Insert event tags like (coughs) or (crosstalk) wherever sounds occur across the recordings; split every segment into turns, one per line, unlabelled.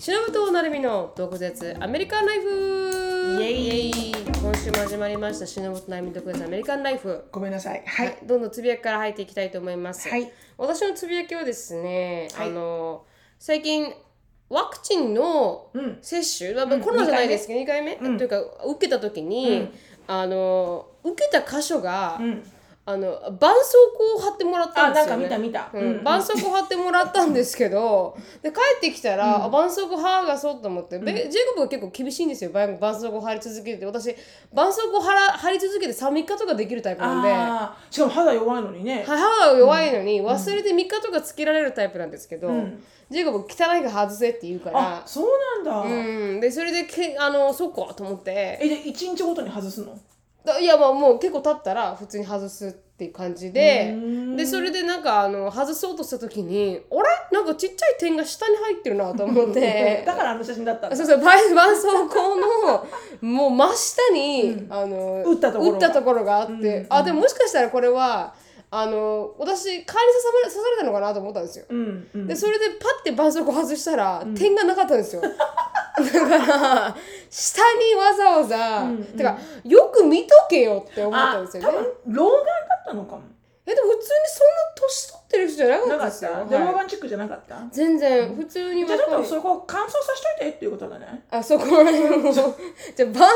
忍となるみの独舌アメリカンライフ
イエイ
イ今週も始まりました忍となるみの独舌アメリカンライフ
ごめんなさい。はい。
どんどんつぶやきから入っていきたいと思います、
はい。
私のつぶやきはですね、
はい
あの最近ワクチンの
うん。
接種、まあ
うん
コロナじゃないですけど2回目
うん
というか受けた時に、
うん
あの受けた箇所が、
うん。
あの絆創膏を貼ってもらった
あ、
んで
な
す
ん
よ、
か
ね、
見た見た。
うん絆創膏貼ってもらったんですけ
(laughs)
どで帰ってきたら、あ絆創膏剥がそうと思って、べジェイコブが結構厳しいんですよばん絆創膏貼り続けてて私絆創膏貼ら貼り続けて3日とかできるタイプなんでは
ああ、しかも肌弱いのにね。
歯が弱いのに忘れて3日とかつけられるタイプなんですけど、
うん
ジェイコブ汚いから外せって言うか
あ
ら、
そうなん
う
だ。
ん、でそれでけあのそっかと思って
え、じゃあ一日ごとに外すの
だいやまあもう結構経ったら普通に外すっていう感じで
うーん
でそれでなんかあの外そうとした時にあれなんかちっちゃい点が下に入ってるなと思って
(laughs) だからあの写真だったんだ
そうそうばい絆創膏のもう真下に、あの
打ったところが
があって、あでももしかしたらこれはあの私蚊に刺され刺されたのかなと思ったんですよ。
うん。うん
でそれでパッて絆創膏外したら、点がなかったんです
(laughs)
よだから下にわざわざ、
うんうん
てかよく見とけよって思ったんですよ
あ多
ね
分老眼だったのかも。
えでも普通にそんな年取ってる人じゃなか
な
った
か
で
っ
すよ、
た。で、老
はい
眼チックじゃなかった。
全然普通に
じゃあちょっ
若
と
い
そこ乾燥させといてっていうことだね。
あそこら辺もじゃあ絆創膏の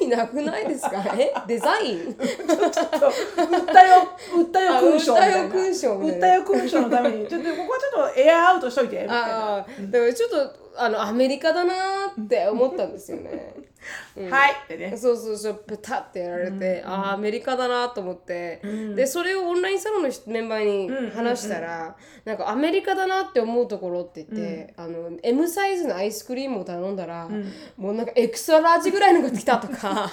意味なくないですか
(laughs)
えデザイン
ちょっと訴えを訴えを勲章みたいな。
あ訴えを勲章みたいな
訴えを勲章のた
(laughs)
めに、ちょっとここはちょっとエアアウトしといてみたいな。
ああだからちょっとあのアメリカだなーって思ったんですよ
(laughs)
ね
はい。ってね。
そうそうそうペタってやられて、ああアメリカだなと思って、でそれをオンラインサロンの人メンバーに話したら、なんかアメリカだなって思うところって言って、あの M サイズのアイスクリームを頼んだら、もうなんかエクストララージぐらいのが来たと (laughs) か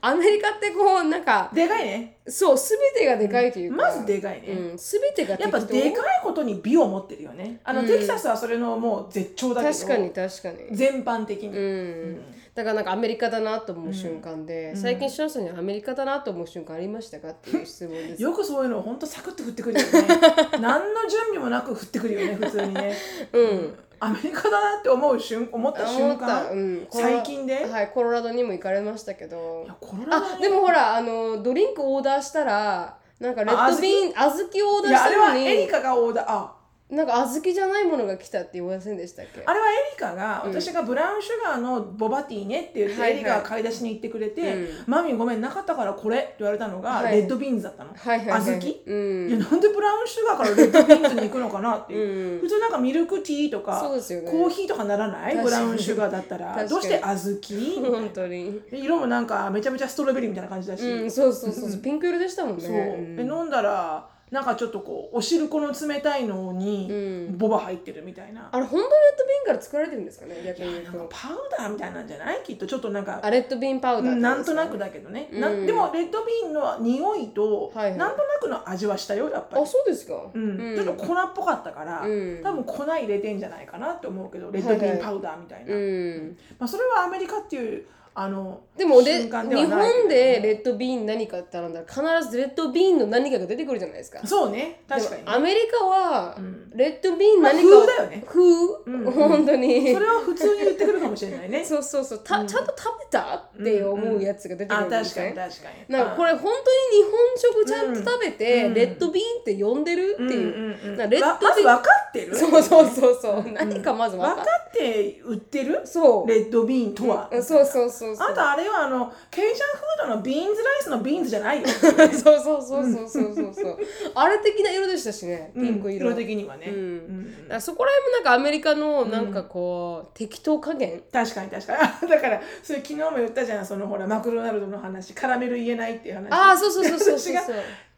アメリカってこうなんか
でかいね。
そう全てがでかいというか、
まずでかいね。
うん、全てが
やっぱでかいことに美を持ってるよねあの、テキサスはそれのもう絶頂だけど
確かに確かに
全般的に、
うん、だからなんかアメリカだなと思う瞬間で、最近ションさんにアメリカだなと思う瞬間ありましたかっていう質問です。
よくそういうのをほんとサクッと振ってくる
(laughs)
よね何の準備もなく振ってくるよね普通にね、うんアメリカだなって思う瞬思った
思
瞬
った
間、
うん、コロ
最近で、い
はいコロラドにも行かれましたけど
やコロナ
あでもほらあのドリンクオーダーしたらなんかレッドビーン小豆をオーダ
い
ー
や
し
あれ
た
は
の
エリ
に
カがオーダーあ
なんか小豆じゃないものが来たって言いませんでしたっけ
あれはエリカが、私がブラウンシュガーのボバティーねって言って、
はいはい
エリカが買い出しに行ってくれて、
う
マミーごめんなかったからこれって言われたのが、
はい
レッドビーンズだったの、
はいはいはい
小豆、
うん
いやなんでブラウンシュガーからレッドビーンズに行くのかなっていう、
うん
普通なんかミルクティーとか
そうですよね
コーヒーとかならない
確かに
ブラウンシュガーだった
確からに
どうして小豆
本当に
色もなんかめちゃめちゃストロベリーみたいな感じだし、
うんそうそうそうそうピンク色でしたもんね
そう
うん
で飲んだらなんかちょっとこうお汁粉の冷たいのにボバ入ってるみたいな、
あれ本当にレッドビーンから作られてるんですかね逆に言う
なんか
と
パウダーみたいなんじゃないきっとちょっとなんか
あレッドビーンパウダーって
うん
や
な
つで
ん
す
と
か
な
ね
くだけどね、
うん
なでもレッドビーンの匂いと、
はいはい
なんとなくの味はしたよやっぱり
あそうですかう
うんちょっと粉っぽかったから、
うん
多分粉入れてんじゃないかなって思うけどレッドビーンパウダーみたいな、
うん
まあ、それはアメリカっていうあの
でもレ
瞬
日
間ではないけど
本でレッドビーン何かって頼んだら必ずレッドビーンの何かが出てくるじゃないですか。
そうね確かに
でもアメリカは
ん
レッドビーン
まあ
何かを、
風だ
(laughs)
よね
風、
うんうん
本当に
それは普通に言ってくるかもしれないね
(laughs) そうそうそうた、ちゃんと食べたって思うやつが出てく
あ
る
確
ん
か
で
に確
す
かに
ね。なんかこ
れ
れ本当に日本食ちゃんと食べて、
うん
レッドビーンって呼んでるっていう、なんかレッ
レッ
ド
ド
ビーン、
ビーンまず分かって
(laughs)
る
そうそうそうそう、何かまず分か
分か
っ
って売ってる
そう
レッドビーンとは、
うんそうそうそうそう
あんたあれはあのケイジャンフードのビーンズライスのビーンズじゃないよ
そうそうそうそうそうそうそうあれ的な色でしたしねピンク色、
うん色的にはね、
うん
うん
だからそこら辺もなんかアメリカのなんかこう、適当加減
確かに確かに (laughs) あだからそれ昨日も言ったじゃんそのほらマクドナルドの話カラメル言えないっていう話
ああそうそうそうそうそう (laughs)
私が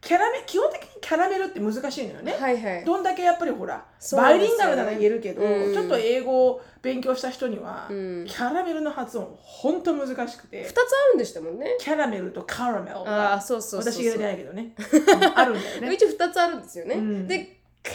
キャラメ基本的にキャラメルって難しいのよね、
はいはい
どんだけやっぱりほら、
そうな
バ
ん
イ
で
リ
すよ
ン
ね
ガルなら言えるけど、
うん
ちょっと英語を勉強した人には、
ん
キャラメルの発音ほんと難しくて
二つあるんでしたもんね
キャラメルとカラメル
ああ
が
そうそうそう
私
そう
言えないけどねうんあるんだよね
一応二つあるんですよね、
うん
で K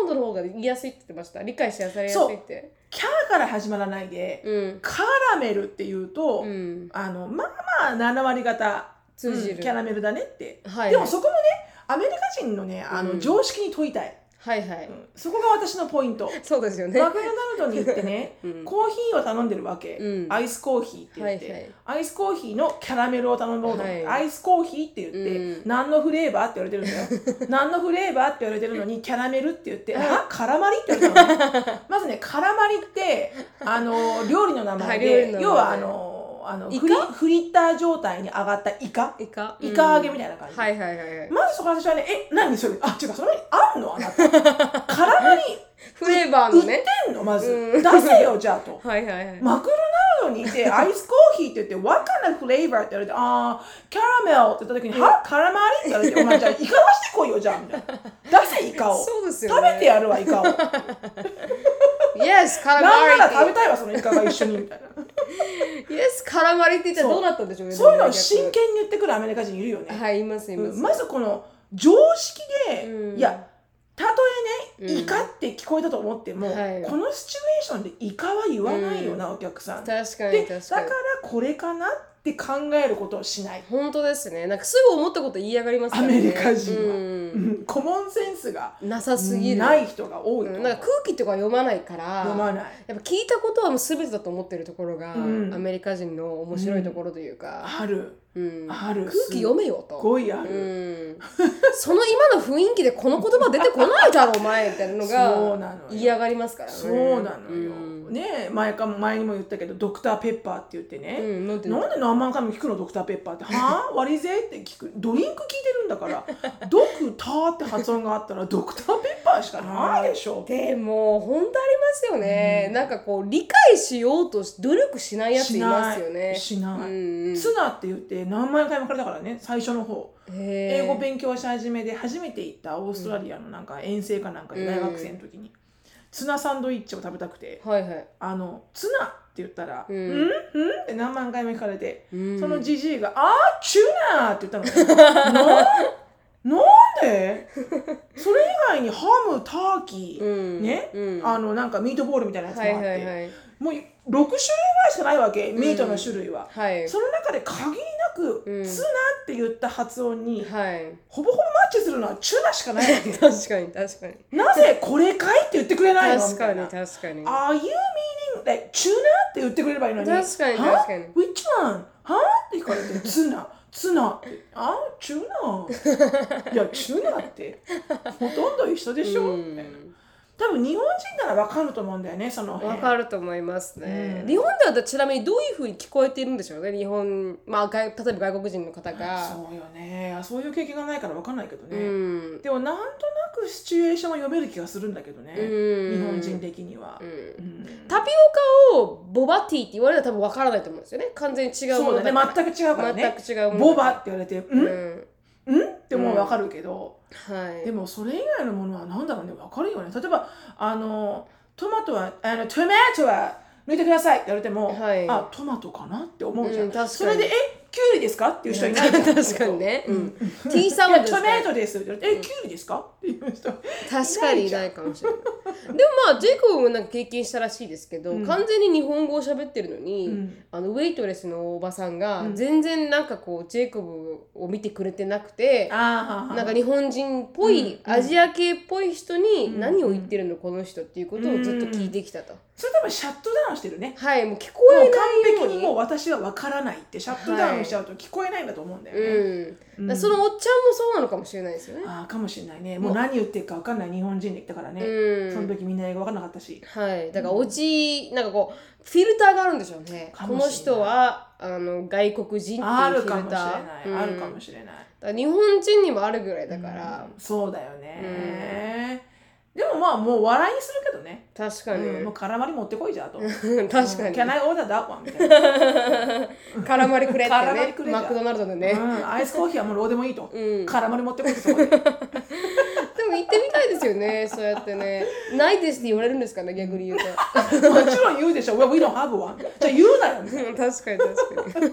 サウンドの方が言いやすいって言ってました理解しやすいやすいって
キャーから始まらないで、
うん
カラメルっていうと、
うん
あのまあまあ7割方
通じる
うんキャラメルだねって、
はい
でもそこもねアメリカ人のねあの常識に問いたい、
はいはい、
うんそこが私のポイント
そうですよね
マクドナルドに行ってね
(laughs) うん
コーヒーを頼んでるわけ、
うん
アイスコーヒーって言って、
はいはい
アイスコーヒーのキャラメルを頼もうと思って、
はい
アイスコーヒーって言って、
うん
何のフレーバーって言われてるんだ
(laughs)
よ何のフレーバーって言われてるのにキャラメルって言ってあカラマリって言われたのね (laughs) まずねカラマリってあの料理の名前で、
はい料理の名前
要はあのあの
イカ
フリフリッター状態に上がったイカ
イカ
イカ揚げみたいな感じ、
はいはいはいはい
まずそこら私はねえ何それあ違うそれあんのあなた
(laughs)
カラマリ
フレーバー
売っ
の
て
ね
んのまず、
うん
出せよじゃあと
はいはいはい
マクドナルドにい
(laughs)
てアイスコーヒーって言って、What kind of flavor? って言われて、あー、キャラメルって言った時に、はカラマリって言われて、お前じゃあイカ出してこいよじゃんみたいな。出せイカを。
そうですよ
食
ね
べてやるわ
(laughs)
イカを。なんな
Yes カラマリ
ら食
っ
べたいわそのイカが一緒に
(laughs)
みたいな。
て Yes カラマリって言ったら
そう
どうなったんでしょうね
そういうのを
逆
真剣に言ってくるアメリカ人いるよね。
はいいますいま
うん
す
まずこの常識
う
で、
ん
いや、たとえ
うん
ね、イカって聞こえたと思っても、
はい
このシチュエーションでイカは言わないよな、お客さん。
確か
で
に
だ
確か
か
に
らこれかなって考えることをしない、
本当ですねなんかすぐ思ったこと言い上がります
ア
からね
メリカ人は、
うん
うんコモンセンスが
なさすぎる
ない人が多いと
うん
思う、
なんか空気とか読まないから
読まない
やっぱ聞いたことはもう全てだと思ってるところが、
うん
アメリカ人の面白いところというか、
ある
うん空
ある
気読めよと
すごいあ
う
る、
ん、その今の雰囲気でこの言葉出てこないだろお前みたいなの
そう
が
なのよ
言い上がりますからね
そうなのよ、
うん
ね前かも前にも言ったけどドクターペッパーって言って
う
ね、
ん、なんて
なんで何万回も聞くのドクターペッパーって「は
(laughs)
あ悪いぜ」って聞くドリンク聞いてるんだから (laughs) 「ドクター」って発音があったらドクターペッパーしかないでしょ
でも本当ありますよね、なんかこう理解しようとし努力しないやついますよね
しないしない
うんうん
ツナって言って何万回もかれたからね最初の方
へー
英語勉強し始めで初めて行ったオーストラリアのなんか遠征かなんかで
うん
大学生の時にツナサンドイッチを食べたくて
はいはい、
あのツナって言ったら「う
うんん
うん?」って何万回も聞かれて
うん
そのじじいが「あーチュナー!」って言った
(laughs)
のねななんでそれ以外にハムターキ
う
ー
ん
ね
うん、
あのなんかミートボールみたいなやつもあ
はい
って、
はいはい
もう6種類ぐらいしかないわけミートの種類は、
はい
その中で限りなく「
うん
ツナ」って言った発音に
はい
ほぼほぼマッチするのはチュナしかないわけ
確かに確かに
なぜこれかいって言ってくれないの
確か
み
に
たい
確かに
な Are you meaning like チュナって言ってくれればいいのに
確かに
は
確かに
Which one? はって聞かれてツナツナってあチュナいやチュナってほとんど一緒でしょ、
うん
みたいな多分日本人ならわかると思うんだよねその
わ
辺
かると思いますね、
うん
日本ではちなみにどういうふうに聞こえているんでしょうね日本、まあ、外例えば外国人の方が
そうよねそういう経験がないからわかんないけど
う
ね、
ん、
でもなんとなくシチュエーションは読める気がするんだけどね、
うん
日本人的には、
うん、
うん
タピオカをボバティって言われたら多分わからないと思うんですよね完全に違うも
そ
の
うだね全く違うからね
全く違うもの
ボバって言われて「
うん
んん?」ってもう分かるけど、
はい
でもそれ以外のものは何だろうね分かるよね例えばあのトマトはあのトマトは抜いてくださいって言われても、
はい
あトマトかなって思うじゃん、
うん確かに
それで「えキュウリですか?」っていう人いないじゃ
(laughs)
ん
確かにね、
う
うんん、T さん
い
は
や
です
ト
か
マトですって言われて「えキュウリですか?」っていう人
確かにいないかもしれないでもまあジェイコブもなんか経験したらしいですけど、
うん
完全に日本語を喋ってるのに、
うん
あのウェイトレスのおばさんが
うん
全然なんかこうジェイコブを見てくれてなくて、
あ
なんか日本人っぽい、
うん
アジア系っぽい人に
うん
何を言ってるのこの人っていうことをずっと聞いてきたと、
それ多分シャットダウンしてるね
はいもう聞こ
も
えない
う
よ
完
う
璧
に
にもう私は分からないってシャットダウンしちゃうと聞こえないんだと思うんだよね、
うん、だ
うん
からそのおっちゃんもそうなのかもしれないですよね、
ああかもしれないねもう何言ってるか分かんない日本人で来たからね、
うん
その時みんな英語分かんなかったし
はい、だからおじ、なんかこうフィルターがあるんでしょうね
か
こ
もしれない
の人はあの外国人
あ
ってい
る
うフ
か
ィ
も
ル
しれ
タ
ない、
ーうん
あるかもしれない
だから日本人にもあるぐらいだから、
そうだよね、でもまあもう笑いにするけどね、
確かに、
うんもう絡まり持ってこいじゃあと
(laughs) 確かに、
Can I order that one? みたいな、
絡まりくれって
絡まり
ね
くれじゃん
マクドナルドで (laughs) ね、
うん、アイスコーヒーはもうどうでもいいと、
うん
絡まり持ってこいってそこで
でも行ってみたいですよねそうやってねないですって言われるんですかね逆に言うと
もちろん言うでしょ Well, we don't have one じゃあ言うなよみたいな
確かに確かにでも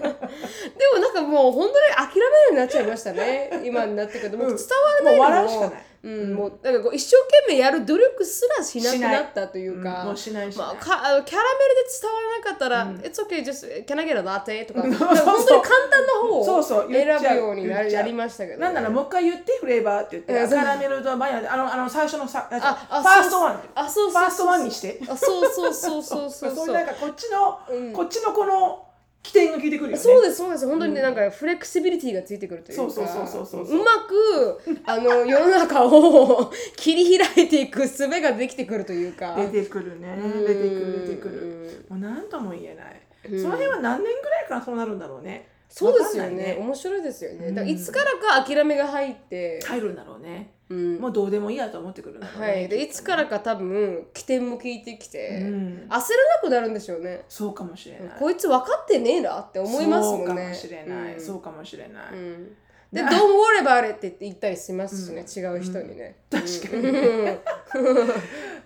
なんかもう本当に諦めるようになっちゃいましたね今になってけどもう伝わらないのも
もう笑うしかない
うんもうなんかこう一生懸命やる努力すらしなくなったというか、
もうしないしない
まあ、かあのキャラメルで伝わらなかったら「It's okay, just can I get a latte?」とか
そう
本
そう
当に簡単な方
そ
を
うそう言っ
選
ちゃう
ぶようにな
言っちゃ
や
う
りましたけどね、
なんならもう一回言ってフレーバーって言
え
っ
ー
て
そう
カラメルとマヨネーズあのあの最初のさファ
ああ
ーストワン
あそう
フ
そう
ァ
そ
ー
う
ストワンにして
あそうそうそうそう
そ
そうう
(laughs) そう
そ
なん
う
かこっちの、
うん
こっちのこの起点が効いてくるよね
そうですそうです本当にねなんかフレキシビリティがついてくるというか
そうそうそうそうそうそう
うまくあの世の中を切り開いていく術ができてくるというか
出てくるね出てくる出てくるもう何とも言えない、その辺は何年ぐらいからそうなるんだろうね
そうですよ
わかん
ね
ない
面白いですよねだから
うん
いつからか諦めが入って、
入るんだろうね、
うん
もうどうでもいいやと思ってくるんだろうね、
はい、でい
きっ
つ
と
からか多分起点も聞いてきて、
うん
焦らなくなるんでしょうね、
そうかもしれない
こいつ分かってねえなって思いますもんね
そうかもしれない、
うん
そうかもしれない、
うんで「Don't worry about it」って言ったりしますしね、違う人にね、
確かに、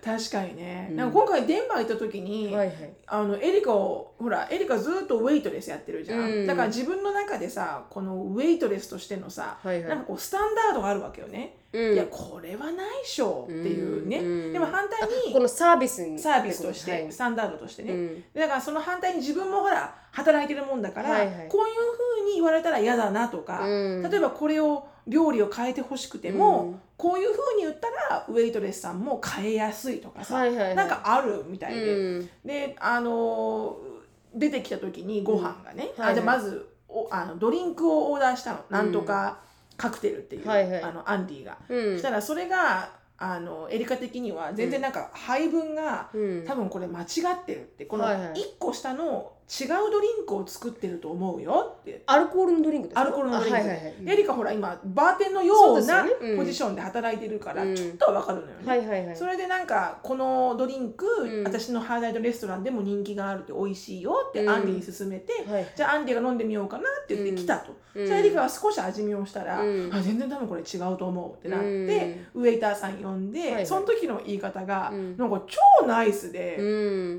確かにね、なんか今回デンバー行った時に、
はいはい
あのエリカをほらエリカずっとウェイトレスやってるじゃん、
うん
だから自分の中でさこのウェイトレスとしてのさ、
はいはい
なんかこうスタンダードがあるわけよね、
うん
いやこれはないっしょっていうね、
うん
でも反対
こ (laughs)
に
のサービスに
サービスとして、
はい
スタンダードとしてね、
うん
だからその反対に自分もほら働いてるもんだから、
はいはい
こういうふうに言われたら嫌だなとか、
うん
例えばこれを料理を変えてほしくても、
うん
こういうふうに言ったらウェイトレスさんも変えやすいとかさ、
はいはいはい
なんかあるみたいで、
うん
であのー出てきた時にご飯がね、
うんはいはい
あじゃあまずおあのドリンクをオーダーしたのなんとかカクテルっていう、
はいはい
あのアンディが、
うん
そしたらそれがあのエリカ的には全然なんか配分が、
うん
多分これ間違ってるってこの
はいはい
1個下の違うドリンクを作ってると思うよって
アルコールのドリンクですか
アルコールのドリンク、
あはいはいはい
でエリカほら今バーテンのような
そうですよねうん
ポジションで働いてるから、
うん
ちょっとはわかるのよね、
はいはいはい
それでなんかこのドリンク、
うん
私のハーダイトレストランでも人気があるって美味しいよって
うん
アンディに勧めて、
はい
じゃあアンディが飲んでみようかなって言って来たと、
うん
じゃあエリカは少し味見をしたら、
うん
あ全然多分これ違うと思うってなって、ウェイターさん呼んで、
はいはい
その時の言い方が、
うん
なんか超ナイスで、
う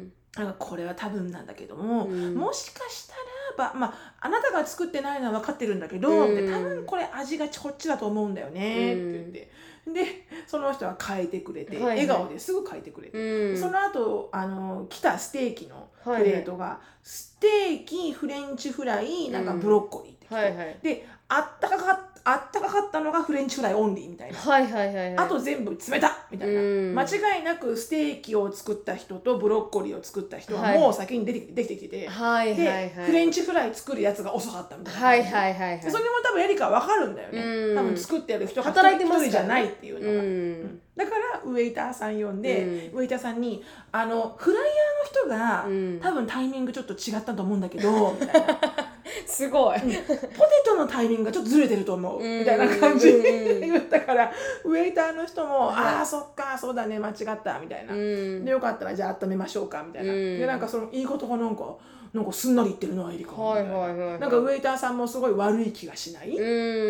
ん
なんかこれは多分なんだけども、
うん
もしかしたらば、まあ、あなたが作ってないのは分かってるんだけど、
うん
で多分これ味がこっちだと思うんだよねって言って、でその人は変えてくれて、
はいはい
笑顔ですぐ変えてくれて、
うん
その後あの来たステーキのプレートが、ステーキフレンチフライなんかブロッコリーって来て、
はいはい
であったかかっあったかかったのがフレンチフライオンリーみたいな。
はいはいはいはい
あと全部冷たみたいな、
うん
間違いなくステーキを作った人とブロッコリーを作った人は
はい
もう先に出てきできてきてて、
はい
で、
はいはい
フレンチフライ作るやつが遅かったみたいな、
はいはいはいはい
でそれも多分エリカは分かるんだよね、
うん
多分作ってる人が
働いてます
一人
か
じ
ら
ゃないっていうのが、
うん
うんだからウェイターさん呼んで、
う
ウェイターさんにあのフライヤーの人が、
うん
多分タイミングちょっと違ったと思うんだけど (laughs) みたいなポテ
すごい
トのタイミングがちょっとずれてると思う、
うん
みたいな感じ
う
で
ん
言ったからウェイターの人も「ああそっかそうだね間違った」みたいな、
うん
でよかったらじゃあ温めましょうかみたいな、
うん
でなんかそのいいことがなんかなんかすんなりいってるなエリカみ
は
た
い
いな、
はいはいはい
なんかウェイターさんもすごい悪い気がしない、
言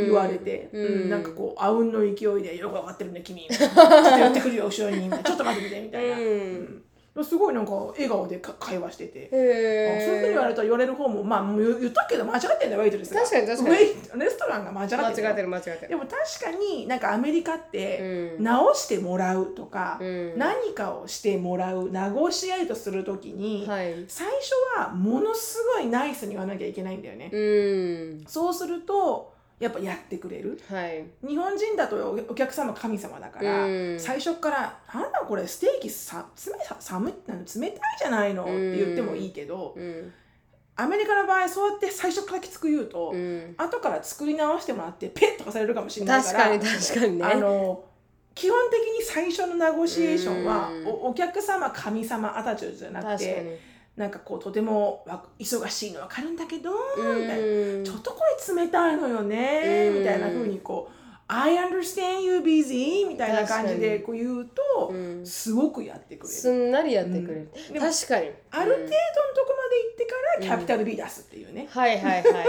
言われて、うんなんかこうあうんの勢いで「よくわかってるね君」ちょっとやってくるよ後ろに」
(laughs)
みたいなちょっと待ってみて」みたいな、
うん
うんすごいなんか笑顔でか会話してて、
へえ
あそういうふうに言われたら言われる方もまあもう言言っとくけど間違ってんだよウェイトレスが
確かに確かに
ウェイレストランが間違ってんだよ
間違ってる間違って
で
る
も確かになんかアメリカって
うん
直してもらうとか、
うん
何かをしてもらうナゴシエイトするときに、
はい
最初はものすごいナイスに言わなきゃいけないんだよね、
うん
そうするとやっぱやってくれる
はい
日本人だとお客様神様だから、
うん
最初から「なんだこれステーキさ冷さ寒いあの冷たいじゃないの」っ
うん
て言ってもいいけど、
うん
アメリカの場合そうやって最初からきつく言うと、
うん
後から作り直してもらってペッとかされるかもしれないか
確
ら
かに確かにね
あの基本的に最初のナゴシエーションは、
うん
おお客様神様アタチュードじゃなく
確か
て
に
なんかこうとてもわ忙しいの分かるんだけど、みたいな
うん
ちょっとこれ冷たいのよね、
うん
みたいな風にこう「I understand you busy」みたいな感じで
確
こう言うと、
うん
すごくやってくれ
す
る。
んなりやってくれる
うんでも
確かに
ある程度のとこまで
うん
行ってからキャピタル B 出すっていうね、
はいはいはいはい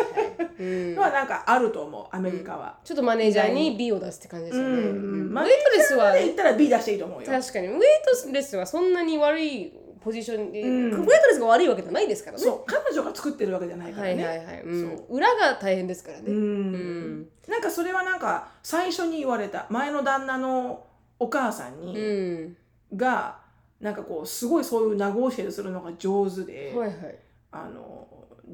うん
のはなんかあると思うアメリカは。
ちょっとマネージャーに B を出すって感じですよね
うんうん
うんウ
マ
ェイ
ネ
トレスは
で行ったら B 出していいと思うよ。
確かにウェイトレスはそんなに悪いポジションに、
うん
クレートレスが悪いわけじゃないですからね。
そう彼女が作ってるわけじゃないか
は
ら
い
ね、
はいはい、うん
そ
裏が大変ですから
う
ね。
ん
うん
なんかそれはなんか最初に言われた前の旦那のお母さん
う
に、
ん、
がなんかこうすごいそういう名ゴシエルするのが上手で、
はいはい。
あの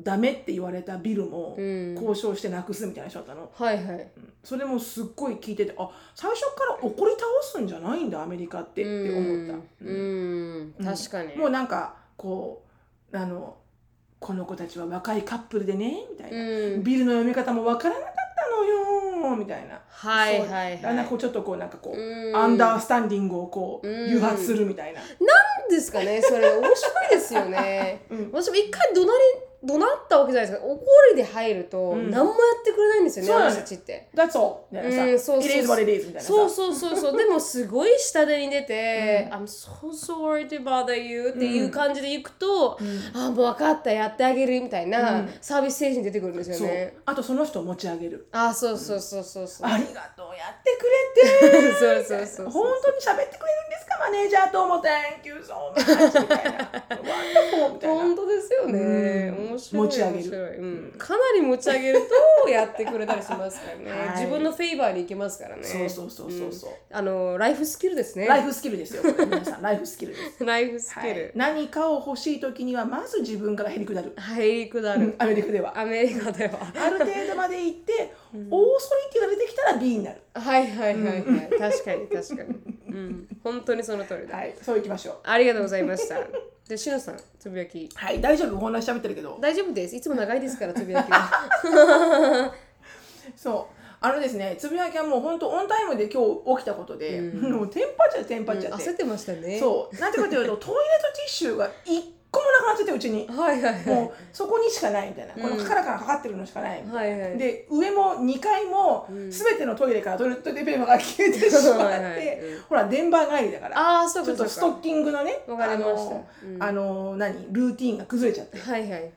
ダメって言われたビルも
うん、
交渉してなくすみたいな人だったの、
はいはい。
うんそれもすっごい聞いててあ最初から怒り倒すんじゃないんだアメリカってって思った、
うん、うん
うん
確かに。
もうなんかこうあのこの子たちは若いカップルでねみたいな、
うん、
ビルの読み方もわからなかったのよみたいな、
はいはい
あ
はい。
んなこうちょっとこうなんかこう、
うん
アンダースタンディングをこう、
うん
誘発するみたいな、
なんですかね、それ面白いですよね。
(laughs) うん
私も一回怒鳴り、怒鳴ったわけじゃないですか。怒りで入ると、
うん
何もやってくれないんですよね、
そうなの
私たちって。
That's all みたいなさ、
うんそうそう
It is what it is みたいなさ
そうそうそうそう、でもすごい下手に出て、I'm so sorry to bother you っていう感じで行くと、あ、もう分かった、やってあげるみたいな、
うん
サービス精神出てくるんですよ
そう
ね。
あとその人を持ち上げる、
あ、そうそうそうそうそう。
ありがとうやってくれて
そうそうそうそう
(laughs) 本。当に喋ってくれるんですかマネージャーとも Thank you so much みた
(laughs)
いな Wonderful みたい
本
な
当ですよね。
うん
面白い。
持ち上げる
面白いうん。かなり持ち上げるとやってくれたりしますからね。
はい
自分のフェイバーに行けますからね。
そうそうそうそうそう、
あのライフスキルですね。
ライフスキルですよこれ皆さんライフスキルです、
(laughs) ライフスキ
はい
ル、。
何かを欲しい時にはまず自分からへりくだる
入り下る。
アメリカでは
アメリカでは。
ある程度まで行って、オーソリティが出てきたら B になる
はいはいはいはい。確かに確かに。うん。本当にその通りだ。
はいそういきましょう
ありがとうございました。で、しのさん、つぶやき。
はい大丈夫こんな喋ってるけど
大丈夫です。いつも長いですから、つぶや
(laughs)
きは。
そうあのですねつぶやきはもう本当オンタイムで今日起きたことで、
うん
もうテンパっちゃってテンパっちゃって、
焦ってましたね。
そうなんてかという (laughs) とトイレットティッシュが一個もなくなっててうちに
はいはいはい。
もうそこにしかないみたいな、このカラカラかかってるのしかない、
はいはい。
で上も2階も
うん
全てのトイレからトイレットペーパーが消えてしま (laughs) って、
はいはいうん
ほら電波帰りだから
ああ、そう
ちょ
かそう
っ
か。
とストッキングのね
わかりましたうん
あの、あの何ルーティンが崩れちゃって
はいはい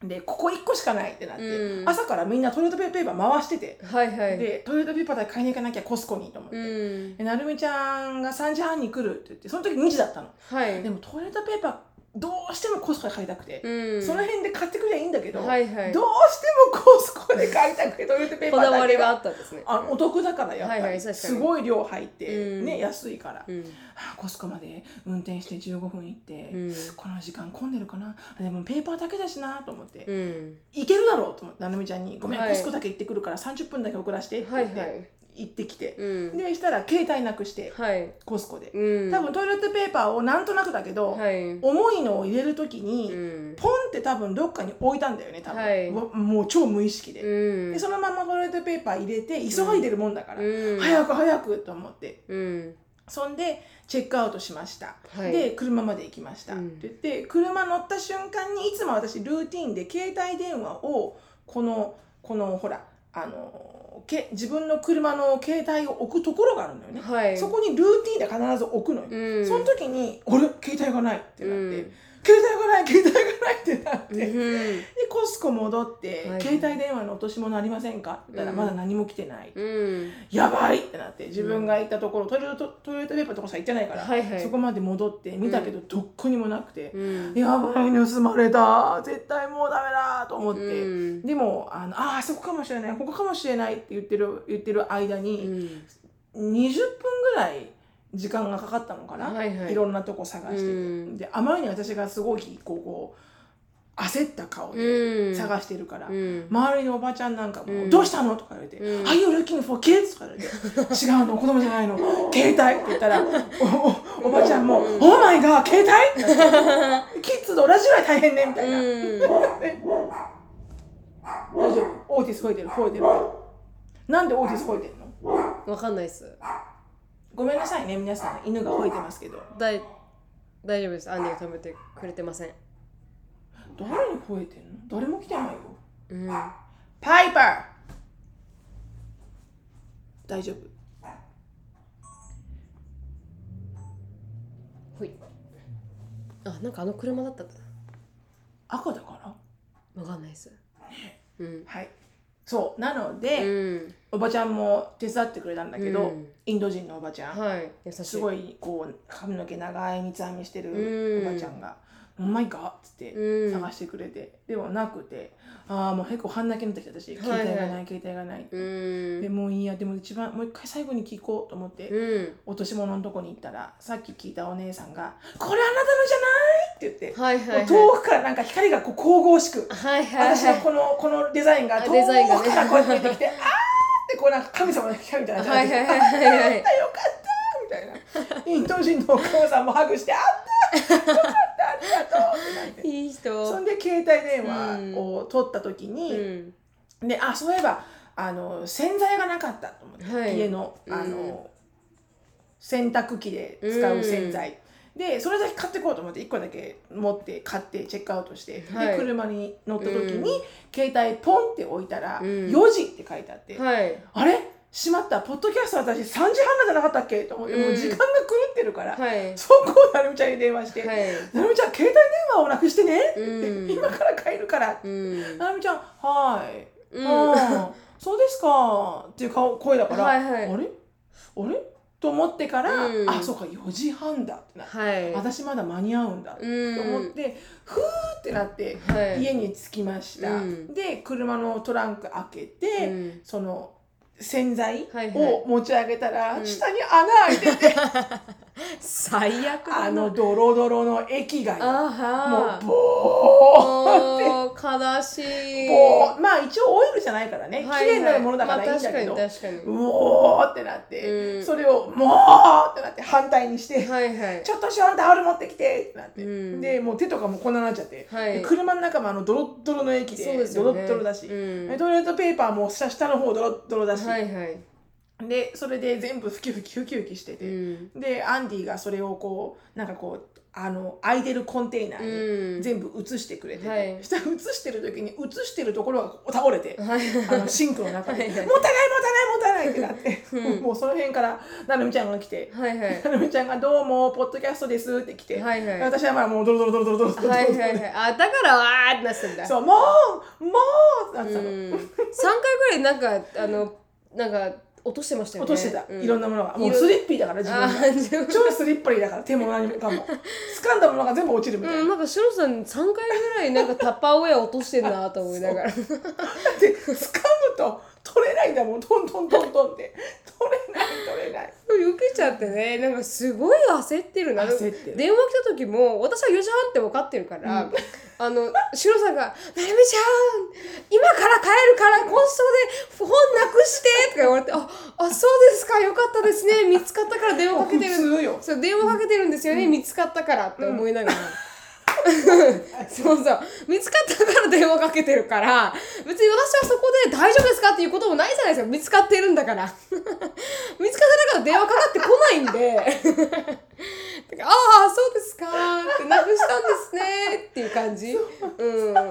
でここ1個しかないってなって、
うん
朝からみんなトイレットペーパー回してて、
はいはい。
でトイレットペーパーだけ買いに行かなきゃコスコにと思って、
うん。
でなるみちゃんが3時半に来るって言ってその時2時だったの
はい
で。もトイレットペーパーどうしてもコスコで買いたくて、
うん。
その辺で買ってくればいいんだけど、
はいはい
どうしてもコスコで買いたくてトイレットペー
こ
パー
だ
だ
わ
け
りがあったんですね。
あお得だからやっぱり、
はいはい確かに
すごい量入って、
うん
ね安いから、
うん。
あコスコまで運転して15分行って、
うん
この時間混んでるかなでもペーパーだけだしなと思って、
うん。
行けるだろうと思ってなるみちゃんに「ごめん、
はい
コスコだけ行ってくるから30分だけ遅らせて」って言って、
はいはい
行ってきて、
うん。
でしたら携帯なくして、
はい。
コスコで、
うん。
多分トイレットペーパーをなんとなくだけど、
はい。う
重いのを入れる時に、
ん。
ポンって多分どっかに置いたんだよね多分、
はい
わもう超無意識で,、
うん
で。そのままトイレットペーパー入れて急いでるもんだから、
うん
早く早くと思って
うん。
そんでチェックアウトしました、
はい
で車まで行きました、
うん
って言って車乗った瞬間にいつも私ルーティンで携帯電話をこのこのほらあのけ自分の車の携帯を置くところがあるんだよね、
はい。
そこにルーティンで必ず置くのよ、
うん。
その時に「あれ携帯がない」ってなって「
うん
(laughs) 携帯がない携帯がない」ってなって、で
うん。
コスコ戻って「
はい
携帯電話の落とし物ありませんか?」って言ったら「
うん
まだ何も来てない」
うん。
やばいってなって自分が行ったところ、トイレットトイレットペーパーとかしか行ってないから、
はいはい
そこまで戻って見たけど、どっこにもなくて
う、ん。
やばい盗まれた絶対もうダメだと思って、
うん
でもあのあーあそこかもしれないここかもしれないって言ってる言ってる間
う
に、
ん。
20分ぐらい時間がかかったのかな、
はいはい
ろんなとこ探してて、
うん
であまりに私がすごいこうこう焦った顔
う
で
ん。
探してるから、
うん。
周りのおばちゃんなんかも、
うん
どうしたのとか言われて、
うん
Are you looking for kids? とか言わ
(laughs)
れて、違うの、子供じゃないの、携帯って言ったら、おおおばちゃんも、Oh my god,
(laughs)
携帯ってなってキッズと同じぐらい大変ね、みたいな。
うん。
え大丈夫、オーティス吠えてる、吠えてる。なんでオーティス吠えてんの
わかんないっす。
ごめんなさいね、皆さん、犬が吠えてますけど、
だい。大丈夫です。アンディが止めてくれてません。
誰に吠えてんの誰も来てないよ。
うん。
パイパー大丈夫。
ほい。あ、なんかあの車だったんだ。
赤だから
わかんないっす。うん。
はい。そうなの
う
で、
ん、
おばちゃんも手伝ってくれたんだけど、
うん
インド人のおばちゃん、
はい優しい
すごいこう髪の毛長い三つ編みして
う
る
ん
おばちゃんが「うまいか?」っつって
うん
探してくれて、でもなくてああもう結構半泣きになってきた私
はい
携
はい
帯がない携帯がない、
うん
でもういいやでも一番もう一回最後に聞こうと思って、
うん
落とし物のとこに行ったらさっき聞いたお姉さんが「これあなたのじゃない!」って言って、
はいはいはい
もう遠くからなんか光がこう神々しく
はいはい
私の
は
このこのデザインが
あ
遠
デザインがね
くからこうやって見えてきて「あー!」ってこうなんか神様の光みた
い
いな
は
感
い
じ
は
で
いはいはい
よかったみたいなインド人のお母さんもハグして「あったよかったありがと
(laughs)
う」 (laughs) ってなって
いい
そ
人
んで携帯電話を取った時
う
に、
ん
であそういえばあの洗剤がなかったと思って、
はい
家のあ
うん
の、洗濯機で使う洗剤、でそれだけ買ってこうと思って1個だけ持って買ってチェックアウトして、
はい
で車に乗った時
うん
に、携帯ポンって置いたら「
うん
4時」って書いてあって、
はい
あれしまったポッドキャスト私3時半なんじゃなかったっけと思って、もう時間が狂ってるから、
はい
そこをなるみちゃんに電話して「
はい
なるみちゃん携帯電話をなくしてね」って
う
言っ
ん
て今から帰るから」って
うん
なるみちゃん「はーい」
うん
ああそうですかっていう顔声だから、
はいはい
あれあれと思ってから、
うん
あそうか4時半だってな、
はい
私まだ間に合うんだ
うん
と思って、ふーってなって
はい
家に着きました、
うん
で車のトランク開けて、
うん
その洗剤
はいはい
を持ち上げたら、
うん
下に穴開いてて、
最悪だな
あのドロドロの液がよも
あ
うボー
はー悲しい
ボーまあ一応オイルじゃないからね、
はいはい
綺麗になるものだからいいんだけど、
まあ確かに確か
うおーってなって、
うん
それを「もう!」ってなって反対にして「
にはいはい
ちょっとションタオル持ってきて!」ってなって、
うん
でもう手とかもこんなになっちゃって、
はい
で車の中もあのドロッドロの液で
そうです
ド
よ
ロ
ね
ッドロだし、
うん
でトイレットペーパーも下下の方ドロッドロだし、
はいはい
でそれで全部ふきふきふきふきして
う
て、
ん
でアンディがそれをこうなんかこうあの空いてるコンテイナーに
うん
全部移してくれてて、
はい
下移してる時に移してるところがこう倒れて。
はい
あのシンクの中で
はいはい
「もったいないもったいないもったいない」ってなって、
うん
もうその辺からなるみちゃんが来て、
はいはい
なるみちゃんが「どうもポッドキャストです」って来て、
はいはい
私はまあもうドロドロドロドロドロドロドロ、
はいはいはいあだからわーってなってたんだ
そう「もうもう!」ってなってたの、
うん、3回ぐらいなんかあのなんか落としてましたよ
落
ね
としてた、
うん、
いろんなものがも
いうろ
スリッピーだから自
あ
分が。
自分
超スリッパリーだから手も何もかも掴んだものが全部落ちるみたいな、
うん、なんかシロさん3回ぐらいなんかタッパーウェア落としてんなと思いながら
で掴むと取れないんだもんトントントントンって取れない取れない
避けちゃってねなんかすごい焦ってるな
焦ってる
電話来た時も私は4時半って分かってるから、
うん
あのシロさんが「なるみちゃん今から帰るからコンソで本なくして」とか言われて「ああそうですかよかったですね見つかったから電話かけてる
普通よ
そう電話かけてるんですよね、見つかったからって思いながら。 (laughs) そうそう見つかったから電話かけてるから別に私はそこで大丈夫ですかっていうこともないじゃないですか見つかってるんだから (laughs) 見つかってなかったら電話かかってこないんで (laughs) だからああそうですかってなくしたんですねっていう感じうん見つかっ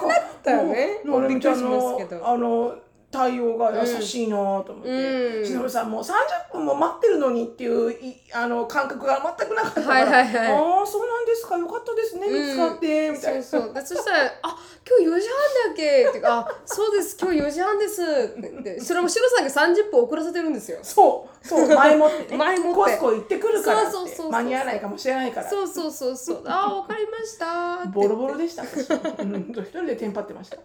てなかったよね
もうのりみちゃん
もう
の
びっくりしますけど
あの対応が優しいなと思っ
う
て、
ん
しのりさんもう30分も待ってるのにっていういあの感覚が全くなかったから、
はいはいはい
ああそうなんですかよかったですね、見つかってみたいな。
そうそうでそしたら「あ今日4時半だっけ?」って「あそうです今日4時半です」って言ってそれもシロさんが30分遅らせてるんですよ
そうそ
(laughs)
う前もってね
前もって
コスコ行ってくるからって
そうそうそうそう
間に合わないかもしれないから
そうそうそうそうあーわかりましたって
ボロボロでした私、うん、一人でテンパって
(laughs)
ました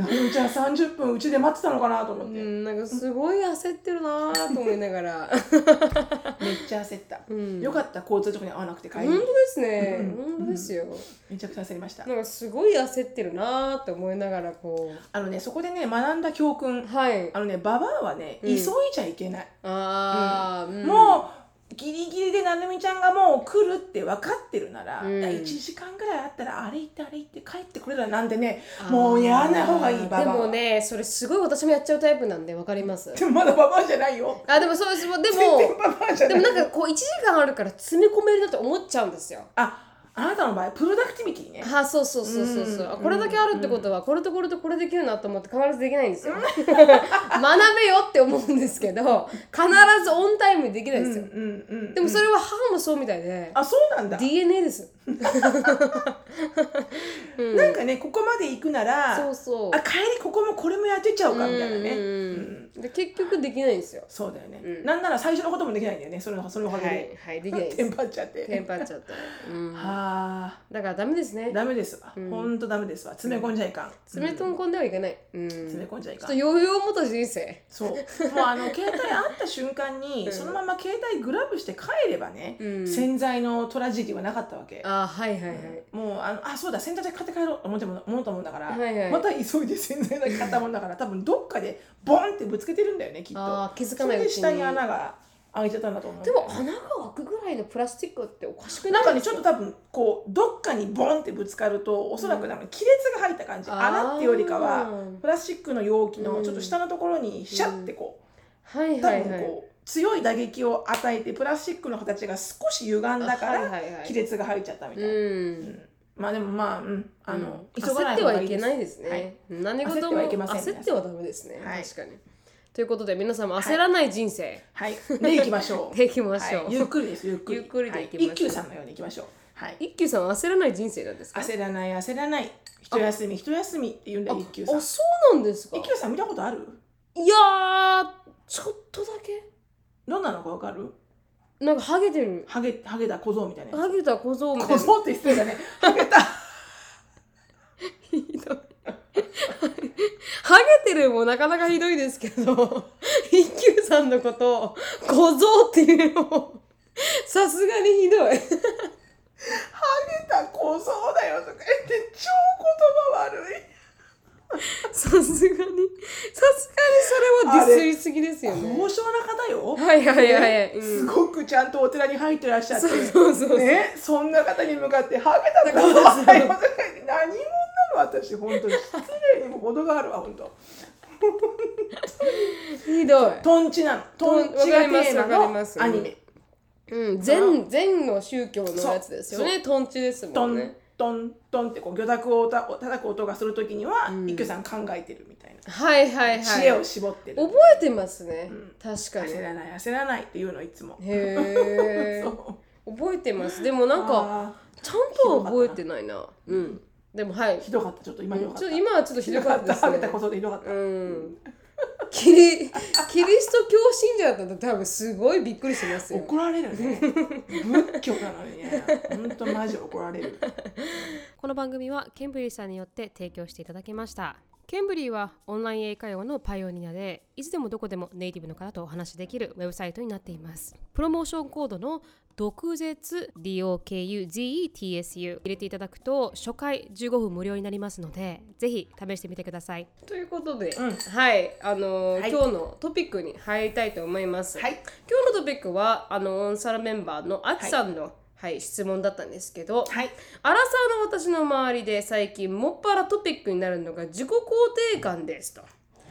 なるみちゃん30分うちで待ってたのかなと思
う
って、めっ
んなんかすごい焦ってるなーと思いながら
ちゃ焦った、
うん
よかった交通事故に遭わなくて帰り
本当ですね
うん
本当ですよ
めちゃくちゃ焦りました
なんかすごい焦ってるなーって思いながらこ
あのねそこでね学んだ教訓
うはい
あのねババアはね、
うん
急いじゃいけない、
あーうん
もうギリギリでなるみちゃんがもう来るって分かってるなら、
うん
1時間ぐらいあったらあれ行ってあれ行って帰ってこれらなんでね
あー
もうやらない方がいいババア
で
は
もねそれすごい私もやっちゃうタイプなんでわかります
でもまだババアじゃないよ
あでもそうですで
全然
も
ババアじゃ
で
ない
もなんかこう1時間あるから詰め込めるなって思っちゃうんですよ
ああなたの場合プロダクティビティね
あそうそうそうそうそう、
うん
あこれだけあるってことは、これとこれとこれできるなと思って必ずできないんですよ (laughs) 学べよって思うんですけど必ずオンタイムにできないんですよ、
うんうんうんうん
でもそれは母もそうみたいで、
あそうなんだ
DNA です、うん
なんかねここまで行くなら
そうそう
あ帰りここもこれもやってちゃうかみたいなね
うんうん
うん
うんで結局できないんですよ
そうだよね、
うん
なんなら最初のこともできないんだよねそれのそれお
は
かげで、
いはいできないで
(laughs) テン
す
パっちゃって
テンパっちゃった、うん、
は
だからダメです
あ
ね
ダメですわ、
うん
ほんとダメですわ詰め込んじゃいかん、
詰め
うん
込んではいけない、うん、ち
詰め
ょ
込んじゃい
っ
かん
と余裕を持った人生
そうもうあの携帯あった瞬間に、
(laughs) うん
そのまま携帯グラブして帰ればね、
うん
洗剤のトラジディはなかったわけ、
あはいはいはい、
もうあのあそうだ洗剤買って帰ろうと思っても思ったもんだから、
はいはい
また急いで洗剤だけ買ったもん
(laughs)
だから多分どっかでボンってぶつけてるんだよねきっと
あー気づ
そ
かな
れ
いう
で
ちに
下に穴が開いちゃったんだと思う
でも穴が開くぐらいのプラスチックっておかしくな
ないんかねちょっと多分こうどっかにボンってぶつかるとおそらくなんか亀裂が入った感じ、
あー
穴っていうよりかはプラスチックの容器のちょっと下のところにシャッてこ、
はいう
多
は
分
いはい
こう強い打撃を与えてプラスチックの形が少し歪ん
あ
だか
はい
ら
はいはい
亀裂が入っちゃったみたいな、
うん
うんまあでもまあうんあの、
うん
急がな
焦っ
い
て
方
は
がい
い
い
け
です
ないですね。何事
焦っ
も
てはいけません
焦ってはダメですね。
はい
確かに。ということで皆さんも焦らない人生
はいで行きまし
(laughs)
ょう
でいきましょ
は
う。
いゆっくりですゆっくり
ゆっくりで行きましょう
はい、一休さんのように行きましょうはい
一休さんは焦らない人生なんですか。
焦らない焦らない一休み一休みって言うんだよ一休さん
あ、そうなんですか。
一休さん見たことある
いやー、ちょっとだけ。
どんなのかわかる
なんかハゲてる。
ハゲハゲた小僧みたいなや
ハゲた小僧み
つ
たい
小
な。
僧って失礼だ
(laughs)
ねハゲた
ひどい。ハゲてるもなかなかひどいですけど、一休さんのことを小僧っていうのも、さすがにひどい。
ハゲた小僧だよとか言って超言葉悪い
さすがに、さすがにそれはディスりすぎですよね。
高尚な方よ
はいはいはい。うん
すごくちゃんとお寺に入ってらっしゃって
そうそうそう。
ね、そんな方に向かってハゲた小僧だよとか言って何者なの私本当に失礼にも程があるわ本当
ひどい。
トンチなのトンチがテー
わかり
マ
ます
のアニメ、
うん、全、全の宗教のやつですよね。トンチですも
ト
ん
ン
ね。
トントンってこう魚拓をた叩く音がするときには、
ん
一休さん考えてるみたいな、
はいはいはい。
知恵を絞ってる
覚えてますね。確かに。
焦
へ
らない焦らないっていうのいつも
え。
そう
覚えてます。でもなんか、
あ
ちゃんとは覚えてないな。うん。でもはい
ー。ひどかったちょっと今
う
ひど
ん
かった
ちょっと今はちょっとひどかったです
ハゲた
ね
こ。とでひどかった、
うん。キリ、キリスト教信者だったら多分すごいびっくりしますよ。
怒られる
(laughs)
ね仏教なのにね本当マジ怒られる
この番組はケンブリーさんによって提供していただきましたケンブリーはオンライン英会話のパイオニアでいつでもどこでもネイティブの方とお話しできるウェブサイトになっていますプロモーションコードの毒舌 DOKUZETSU 入れていただくと初回15分無料になりますのでぜひ試してみてください
ということで、
うん
はい、あのー
はい
今日のトピックに入りたいと思います。
はい
今日のトピックはあのオンサラメンバーのあきさんの、はい質問だったんですけど、
はい
アラサーの私の周りで最近もっぱらトピックになるのが自己肯定感ですと。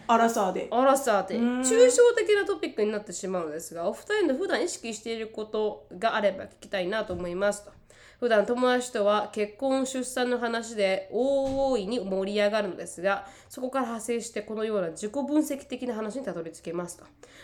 アラサーで
アラサーで
うん
抽象的なトピックになってしまうのですがお二人の普段意識していることがあれば聞きたいなと思いますと普段友達とは結婚出産の話で大いに盛り上がるのですがそこから派生してこのような自己分析的な話にたどり着けますと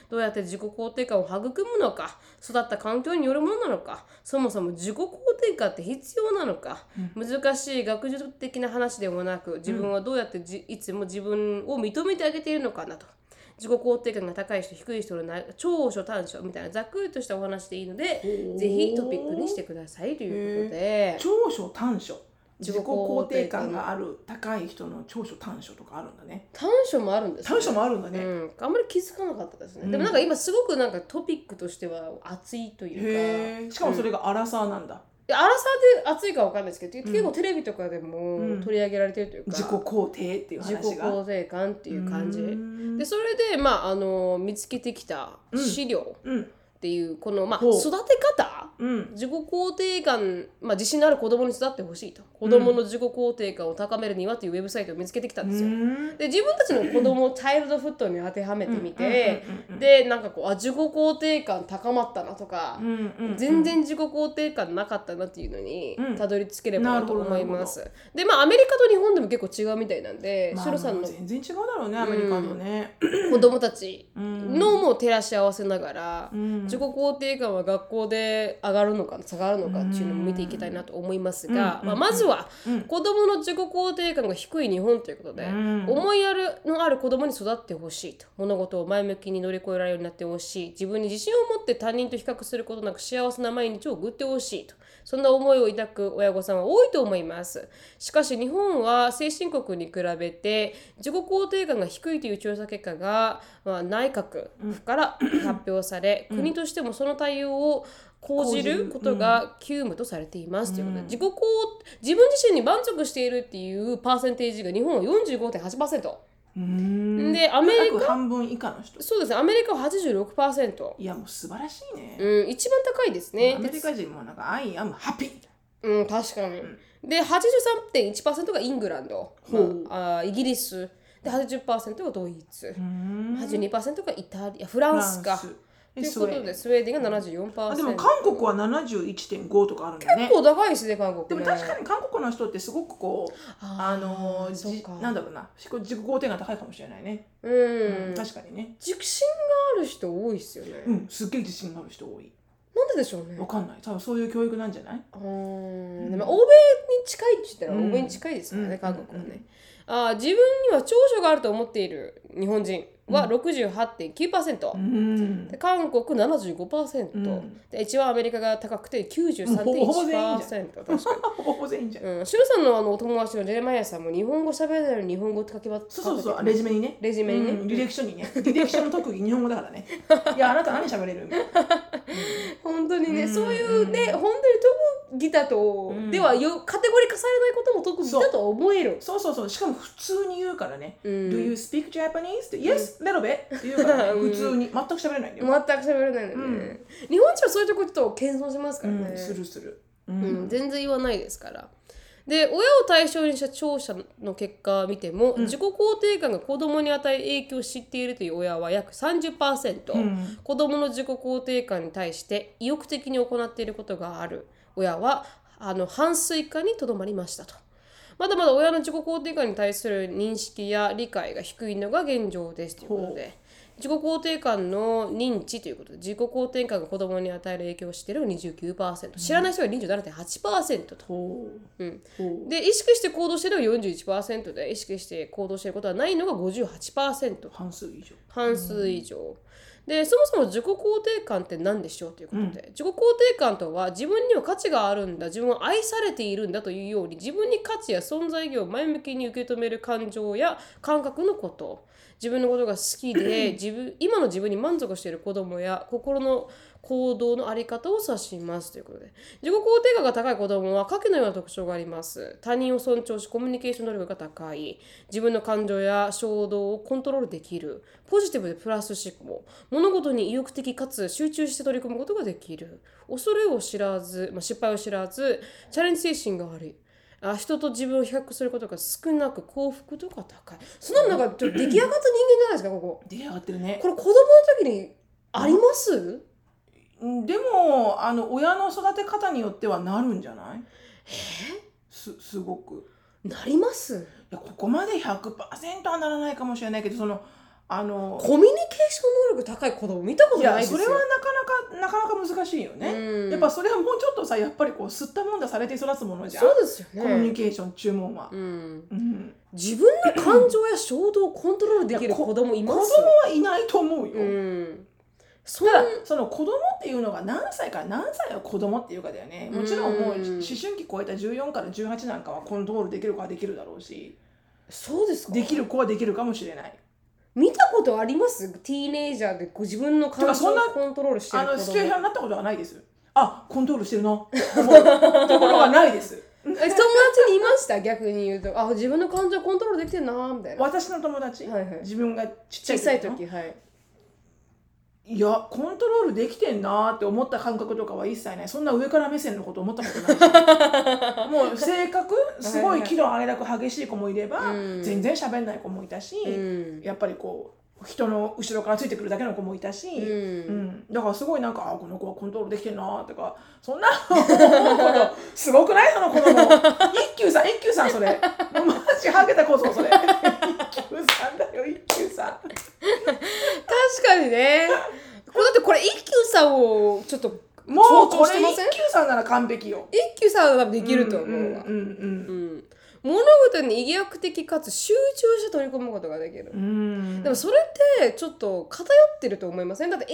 どうやって自己肯定感を育むのか育った環境によるものなのかそもそも自己肯定感って必要なのか、難しい学術的な話でもなく自分はどうやってじ、いつも自分を認めてあげているのかなと自己肯定感が高い人低い人のな長所短所みたいなざっくりとしたお話でいいので
おー
ぜひトピックにしてくださいということで
長所短所
自
自
己
己
肯
肯
定
定
感
感がある高い人の長所短所とかあるんだね
短所もあるんですね
短所もあるんだね、
うん、あんまり気づかなかったですね、
うん
でもなんか今すごくなんかトピックとしては熱いというか
へえしかもそれがアラサーなんだ、
いやアラサーで熱いかわかんないですけど、結構テレビとかでも
ん
取り上げられてるというか、
自己肯定っていう話
自
が
己肯定感っていう感じ
うん
でそれで、まあ、あの見つけてきた資料
うん
っていう、この、まあ、
ほう
育て方
うん
自己肯定感、まあ、自信のある子供に育ってほしいと子供の自己肯定感を高めるにはというウェブサイトを見つけてきたんですよ。で自分たちの子供をチャイルドフットに当てはめてみて、でなんかこうあ自己肯定感高まったなとか、全然自己肯定感なかったなっていうのに
うん
たどり着ければなと思います。
な
でまあアメリカと日本でも結構違うみたいなんで、
まあ
シロさんの
全然違うだろうねアメリカのね。
子供たち
うん
のもう照らし合わせながら、
うん
自己肯定感は学校で上がるのか下がるのかっていうのも見ていきたいなと思いますが、
うん
まあ、まずは
うん
子供の自己肯定感が低い日本ということで、
うん
思いやるのある子供に育ってほしいと物事を前向きに乗り越えられるようになってほしい自分に自信を持って他人と比較することなく幸せな毎日を送ってほしいとそんな思いを抱く親御さんは多いと思いますしかし日本は先進国に比べて自己肯定感が低いという調査結果が、まあ、内閣府から発表され、国としてもその対応を講じ
講じ
る
る
ことが急務とされています、ということで
うん
自己肯自分自身に満足しているっていうパーセンテージが日本は45.8%、
うん
でアメリ
約半分以下の人。
そうですねアメリカは86%、
いやもう素晴らしいね。
うん、一番高いですね
アメリカ人もなんか「I am happy
うん、確かに。で、83.1%がイングランド、
ほう
まあ、あーイギリス、で80%がドイツ」、82%がイタリア、フラ
フ
ンスか。と
え
いう
ス
こ
ウェ
と
ーデ
で、
ン
スウェーデンが74%。
あでも韓国は71.5とかあるんだね
結構高いですね、韓国、ね。
でも確かに韓国の人ってすごくこうあのー
そう
じ
か
なんだろうな自己自己肯定が高いかもしれないね、
うん。
確かにね
熟信がある人多いですよね。
うんすっげえ自信がある人多い
なんででしょうね
わ。かんない多分そういう教育なんじゃない
うんでも欧米に近いって言ったら
うん
欧米に近いですからね、
うん
韓国は
う
ね。あー自分には長所があると思っている日本人は68.9%、
うん
で韓国75%、
うん
で一番アメリカが高くて
もうほぼ全員じ
93.1%確かに。
ほぼほぼ全員じゃん、
うん、シロさんのあのお友達のジェレマイアさんも日本語喋れないのに日本語って書きま
そうそうそう
レ
レジュメにね
レジュメにね、
うん履歴書にね (laughs) 履歴書の特技日本語だから (laughs) ねいやあなた何喋れるみたいな
本当にね、
うん
そういうね、本当に特技だと、
うん
ではよカテゴリー化されないことも特技だとは思える。
そうそうそうしかも普通に言うからね
う
Do
ん
you speak Japanese? って Yes, little bit って言うからね
うん
普通に全く喋れないんだ
全
よ
く喋れないので、ね
うん
日本人はそういうとこちょっと謙遜しますか
う
らね、
んするするう
うん
ん
全然言わないですからで親を対象にした調査の結果を見ても、自己肯定感が子供に与える影響を知っているという親は約30%、
うん
子供の自己肯定感に対して意欲的に行っていることがある親はあの半数以下にとどまりましたと。まだまだ親の自己肯定感に対する認識や理解が低いのが現状ですということで自己肯定感の認知ということで自己肯定感が子供に与える影響を知っているのが29%知らない人が27.8%と。
ほう
うん
ほう
で意識して行動しているのが41%で意識して行動していることはないのが58%
半数以上
半数以上、でそもそも自己肯定感って何でしょうということで、
うん
自己肯定感とは自分には価値があるんだ自分は愛されているんだというように自分に価値や存在意義を前向きに受け止める感情や感覚のこと自分のことが好き
(clears throat)
で自分今の自分に満足している子供や心の行動のあり方を指しますということで自己肯定感が高い子供は下記のような特徴があります他人を尊重しコミュニケーション能力が高い自分の感情や衝動をコントロールできるポジティブでプラス思考物事に意欲的かつ集中して取り組むことができる恐れを知らず、まあ、失敗を知らずチャレンジ精神があるあ人と自分を比較することが少なく幸福度が高いそんなのなんかちょっと出来上がった人間じゃないですかここ
出来上がってるね
これ子供の時にあります
うんでもあの親の育て方によってはなるんじゃないすすごく
なります
いやここまで100%はならないかもしれないけどそのあの
コミュニケーション能力高い子供見たこと
い
ない
や
です
そ
よ
れはなかなかなかなか難しいよね、
うん
やっぱそれはもうちょっとさやっぱりこう吸ったもんだされて育つものじゃん、
そうですよね
コミュニケーション注文は、
うん
うん
自分の感情や衝動をコントロールできる子供い
子
ま
供
す
はいないと思うよ、
うんそん
ただその子供っていうのが何歳から何歳が子供っていうかだよねもちろんもう思
うん
春期超えた14から18なんかはコントロールできる子はできるだろうし
そうですか
できる子はできるかもしれない
見たことありますティーネイジャーでこう自分の感
てか
情
そ
を
んな
コントロールして
あ
る子
の
供
シチュエーションになったことはないですあコントロールしてるなって
(laughs)
思うところはないです
え友達にいました (laughs) 逆に言うとあ自分の感情コントロールできてるなみたいな
私の友達、
はいはい
自分がちっちゃ
小
い
さい
の
時はい
いやコントロールできてんなーって思った感覚とかは一切ないそんな上から目線のこと思ったことない (laughs) もう性格すごい喜怒哀楽激しい子もいれば、
うん
全然喋んない子もいたし、
うん
やっぱりこう人の後ろからついてくるだけの子もいたし、
う
うんんだからすごいなんかあこの子はコントロールできてるなとかそんな思うことすごくないその (laughs) 子供一休さん一休さんそれもうマジハゲた子ぞそれ (laughs) 一休さんだよ一休さん
確かにねこれだってこれ一休さんをちょっと
もう
強調
こ
し
れ
て
一
ません
休さんなら完璧よ
一休さんはできると思うわ
うんう
う
ん
ん物事に意義悪的かつ集中して取り込むことができる
うんうん
でもそれってちょっと偏ってると思いませんだって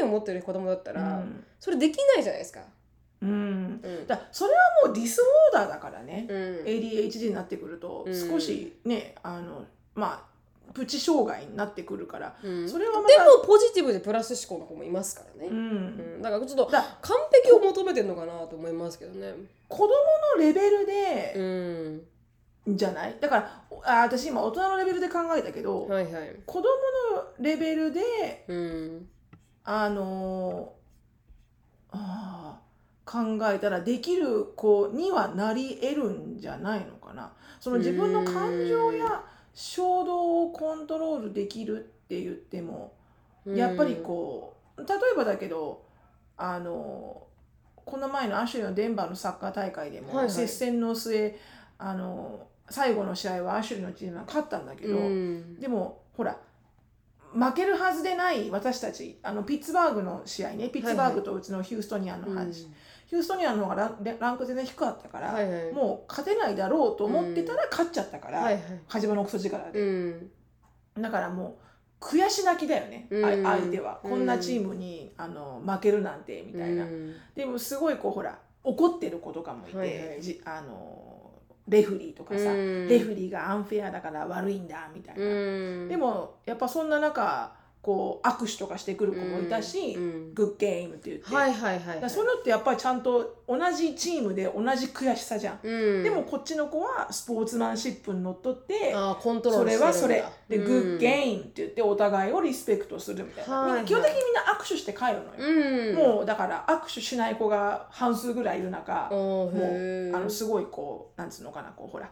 ADHD を持ってる子供だった
う
ら
ん
それできないじゃないですか
うん
うん
だそれはもうディスオーダーだからね、
うん
ADHD になってくると
うん
少しね、あのまあプチ障害になってくるから、
うん
それはまた
でもポジティブでプラス思考の子もいますからね
う、ん
うんだからちょっと
だ
完璧を求めてるのかなと思いますけどね
子供のレベルで、
うん
じゃないだからあ私今大人のレベルで考えたけど、
はいはい
子供のレベルで
うん
あのーあー考えたらできる子にはなり得るんじゃないのかなその自分の感情や衝動をコントロールできるって言ってもやっぱりこう例えばだけどあのこの前のアシュリーのデンバーのサッカー大会でも、
はいはい
接戦の末あの最後の試合はアシュリーのチームが勝ったんだけ
う
ど、
ん
でもほら負けるはずでない私たちあのピッツバーグの試合ねピッツバーグとうちのヒューストニアの話、ヒューストニアの方がランレランク全然低かったから、
はいはい
もう勝てないだろうと思ってたら勝っちゃったから、
はいはい
火事場のクソ力で
う、ん
だからもう悔し泣きだよね、あ
うん
相手は
うん
こんなチームに、あの負けるなんてみたいな、
うん
でもすごいこうほら怒ってる子とかもいて、
はいはい
じあのレフリーとかさ、
うん
レフリーがアンフェアだから悪いんだみたいな、
うん
でもやっぱそんな中こう握手とかしてくる子もいたし、
うん
グッゲームって言って、
はいはいはい
だ
は
か
い
らそういうのってやっぱりちゃんと同じチームで同じ悔しさじゃん、
うん
でもこっちの子はスポーツマンシップにのっとって
あーコントロー
そ
ルしてる
れ
んだ
はそれで、グッゲ
ン
インって言ってお互いをリスペクトするみたいな、
はいはい
みんな基本的にみんな握手して帰るのよ、
うん
もうだから握手しない子が半数ぐらいいる中、
も
もうあのすごいこうなんつうのかなこうほら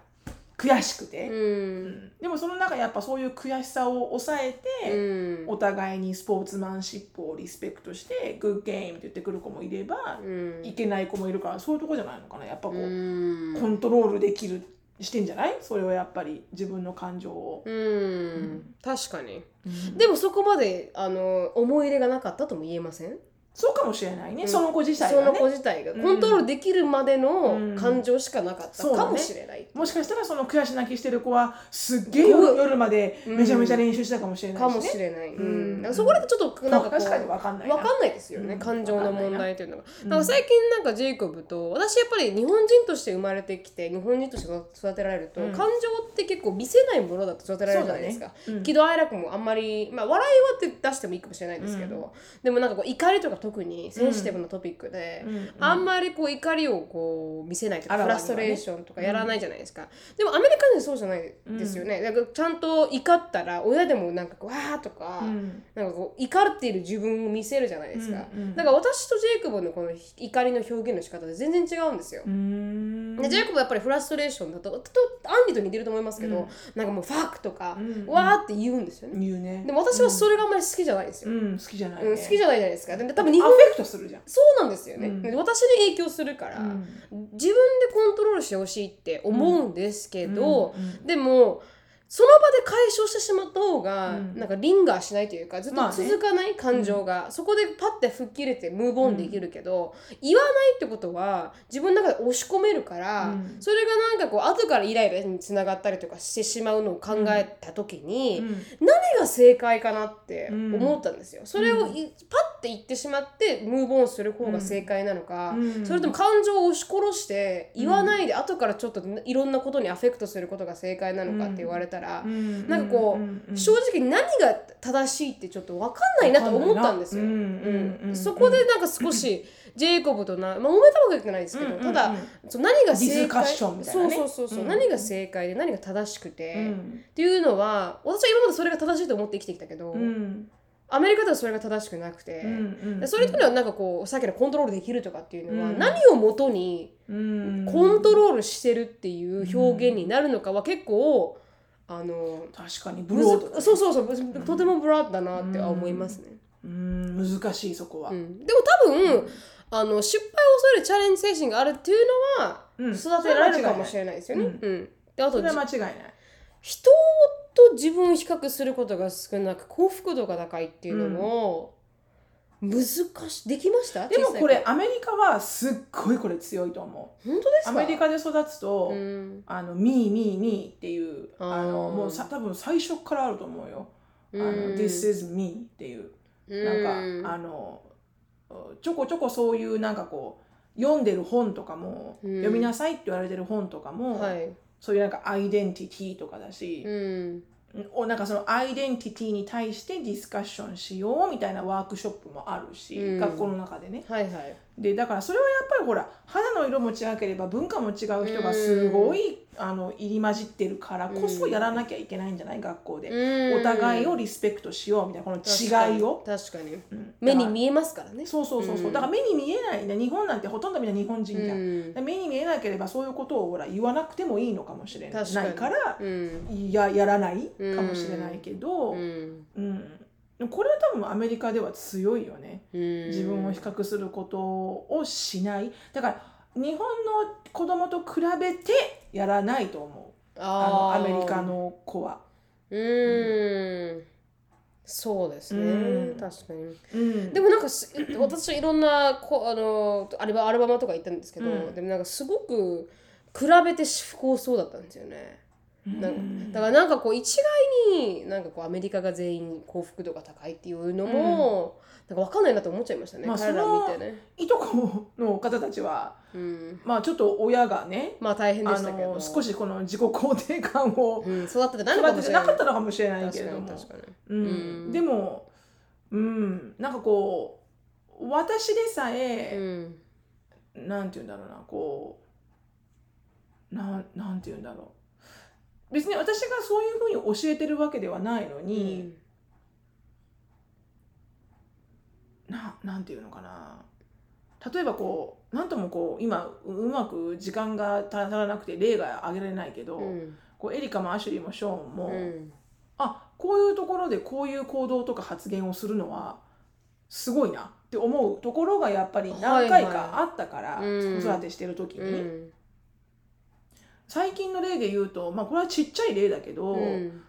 悔しくて、
うん
でもその中やっぱそういう悔しさを抑え
う
て、
ん
お互いにスポーツマンシップをリスペクトしてグッゲインって言ってくる子もいれば、
うん
いけない子もいるからそういうとこじゃないのかなやっぱこう、
うん
コントロールできるしてんじゃないそれはやっぱり自分の感情を。
うん確かに
うん
でもそこまであの思い入れがなかったとも言えません
そうかもしれないね、
うん
その子自体
そ
は
の子
ね。
自体が
うん
コントロールできるまで
う
の
ん
感情しかなかった
そう
か
だね
もしれない
もしかしたらその悔し泣きしてる子はすっげえ夜夜までめちゃめちゃ練習したかもしれないし、ね
かもしれないうん
うん
だからそこだとちょっとなんかこう
確かにわかんないな
わかんないですよね、
うん
感情の問題というのが。
ん
だから最近なんかジェイコブと私やっぱり日本人として生まれてきて日本人として育てられると、
うん
感情って結構見せないものだと育てられるじゃないですか。
うん
喜怒哀楽もあんまり、まあ、笑いはって出してもいいかもしれないですけど、
うん
でもなんかこう怒りとか特にセンシティブなトピックで、
うん
あんまりこう怒りをこう見せないとか、
あら
フラ
わにはね
ストレーションとかやらないじゃないですか、でもアメリカ人そうじゃないですよね、なんかちゃんと怒ったら親でもなんかこうわーとか、
うん
なんかこう怒っている自分を見せるじゃないですか、
うんうん
だから私とジェイクブのこの怒りの表現の仕方で全然違うんですよ、
うん
でジェイクブはやっぱりフラストレーションだととアンリと似てると思いますけど、
うん
なんかもうファックとか、
うん
わーって言うんですよね、
言うね
でも私はそれがあんまり好きじゃないです
う
よ、
ん、うん好きじゃない、
うん
ね
好きじゃないじゃないですかで多分日
ア
本
フェクトするじゃん、
そうなんですよね、
うん
で私に影響するから、自分でコントロールしてほしいって思うんですけど、
うんうん
でもその場で解消してしまった方が、
うん
なんかリンガーしないというかずっと
まあね
続かない感情が、そこでパッて吹っ切れてムーブオンできるけど、言わないってことは自分の中で押し込めるから、
うん
それがなんかこう後からイライラにつながったりとかしてしまうのを考えた時に、何が正解かなって思ったんですよ。それをいパッて言ってしまってムーブオンする方が正解なのか、
うん
それとも感情を押し殺して言わないで後からちょっといろんなことにアフェクトすることが正解なのかって言われたら、
うん
なんかこう
うんうん
正直何が正しいってちょっと分かんないなと思ったんですよ。
わかんないなうん
う
うんん
そこでなんか少しジェイコブとな、まあ、揉めたわけじゃないですけど、
うんうんう
た
ん
だそう何が
ディ
正
スカッ
解
ションみたいなね
そうそうそうそう、
うん
何が正解で何が正しくて、
うん
っていうのは私は今までそれが正しいと思って生きてきたけど、
うん
アメリカではそれが正しくなくて、
うん
それというのはなんかこうさっきのコントロールできるとかっていうのは、
うん
何をもとに
うん
コントロールしてるっていう表現になるのかは結構あの
確かにブ
む
ロー
ず
ドだね
そうそうそうとてもブラッドだなっては思いますね。
うん難しいそこは、
うんでも多分、あの失敗を恐れるチャレンジ精神があるっていうのは
うん
育てられるかもしれないですよね。
うん
うんであ
そ
と
れは間違いない
人と自分を比較することが少なく幸福度が高いっていうのも難しいできました
でもこ
小さ
れ
い頃
アメリカはすっごいこれ強いと思
本当で
う
す
ア
か
メリカで育つと、
うん
あの「ミーミーミー」っていう
あー
あのもうさ多分最初からあると思うよ「あの
うん
This is me」っていうなんかあのちょこちょこそういうなんかこう読んでる本とかも、
うん
読みなさいって言われてる本とか
うん
も、
はい
そういうなんかアイデンティティとかだし、
うん
おなんかそのアイデンティティに対してディスカッションしようみたいなワークショップもあるし、
うん
学校の中でね
はいはい
でだからそれはやっぱりほら肌の色も違ければ文化も違う人がすごい、あの入り混じってるからこそやらなきゃいけないんじゃない学校で、お互いをリスペクトしようみたいなこの違いを、
確かに確かに
うん
目に見えますからね
そうそうそうそう、
うん
だから目に見えないね日本なんてほとんどみんな日本人じゃん、
うん
で目に見えなければそういうことをほら言わなくてもいいのかもしれない
確かに
から
うん
いややらないかもしれないけど、う
うんん
これは多分アメリカでは強いよね
うん
自分を比較することをしないだから日本の子供と比べてやらないと思うあの
あ
ア
ー
メリカの子は。
うんそうです
う
ね
ん
確かに
うん
でもなんかす私いろんなこあのアルバアルバムとか行ったんですけど、
うん
でもなんかすごく比べて不幸そうだったんですよね。なんか
うん
だからなんかこう一概になんかこうアメリカが全員幸福度が高いっていうのも、なんか分かんないなと思っちゃいましたね、
まあ
彼ら見てね。
いとこの方たちは、
うん、
まあ、ちょっと親がね
まあ大変で
あ
したけど
の少、しこの自己肯定感を
うん、育ってて (laughs) ないのか
育
も
て
してれな
ないかったのかもしれないけ
確
れ
か
ど
に
も、
確かに。
うん
うん
でも、うん、なんかこう私でさ
う
え、
ん
なんて言うんだろうなこうなんなんて言うんだろう別に私がそういうふうに教えてるわけではないの
う
に、
ん
ななんていうのかな例えばこう何ともこう今ううまく時間が足らなくて例が挙げられないけど、
うん
こうエリカもアシュリーもショーンも、
うん
あこういうところでこういう行動とか発言をするのはすごいなって思うところがやっぱり何回かあったから、
はいはいうん
子育てしてる時に、
うん
最近の例で言うと、まあ、これはちっちゃい例だけど、
うん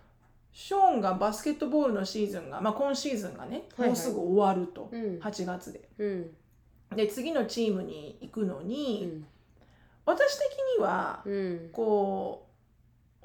ショーンがバスケットボールのシーズンが、まあ、今シーズンがね
はいはい
もうすぐ終わると、
うん
8月で。
うん
で次のチームに行くの
う
に、
ん
私的には、
うん
こう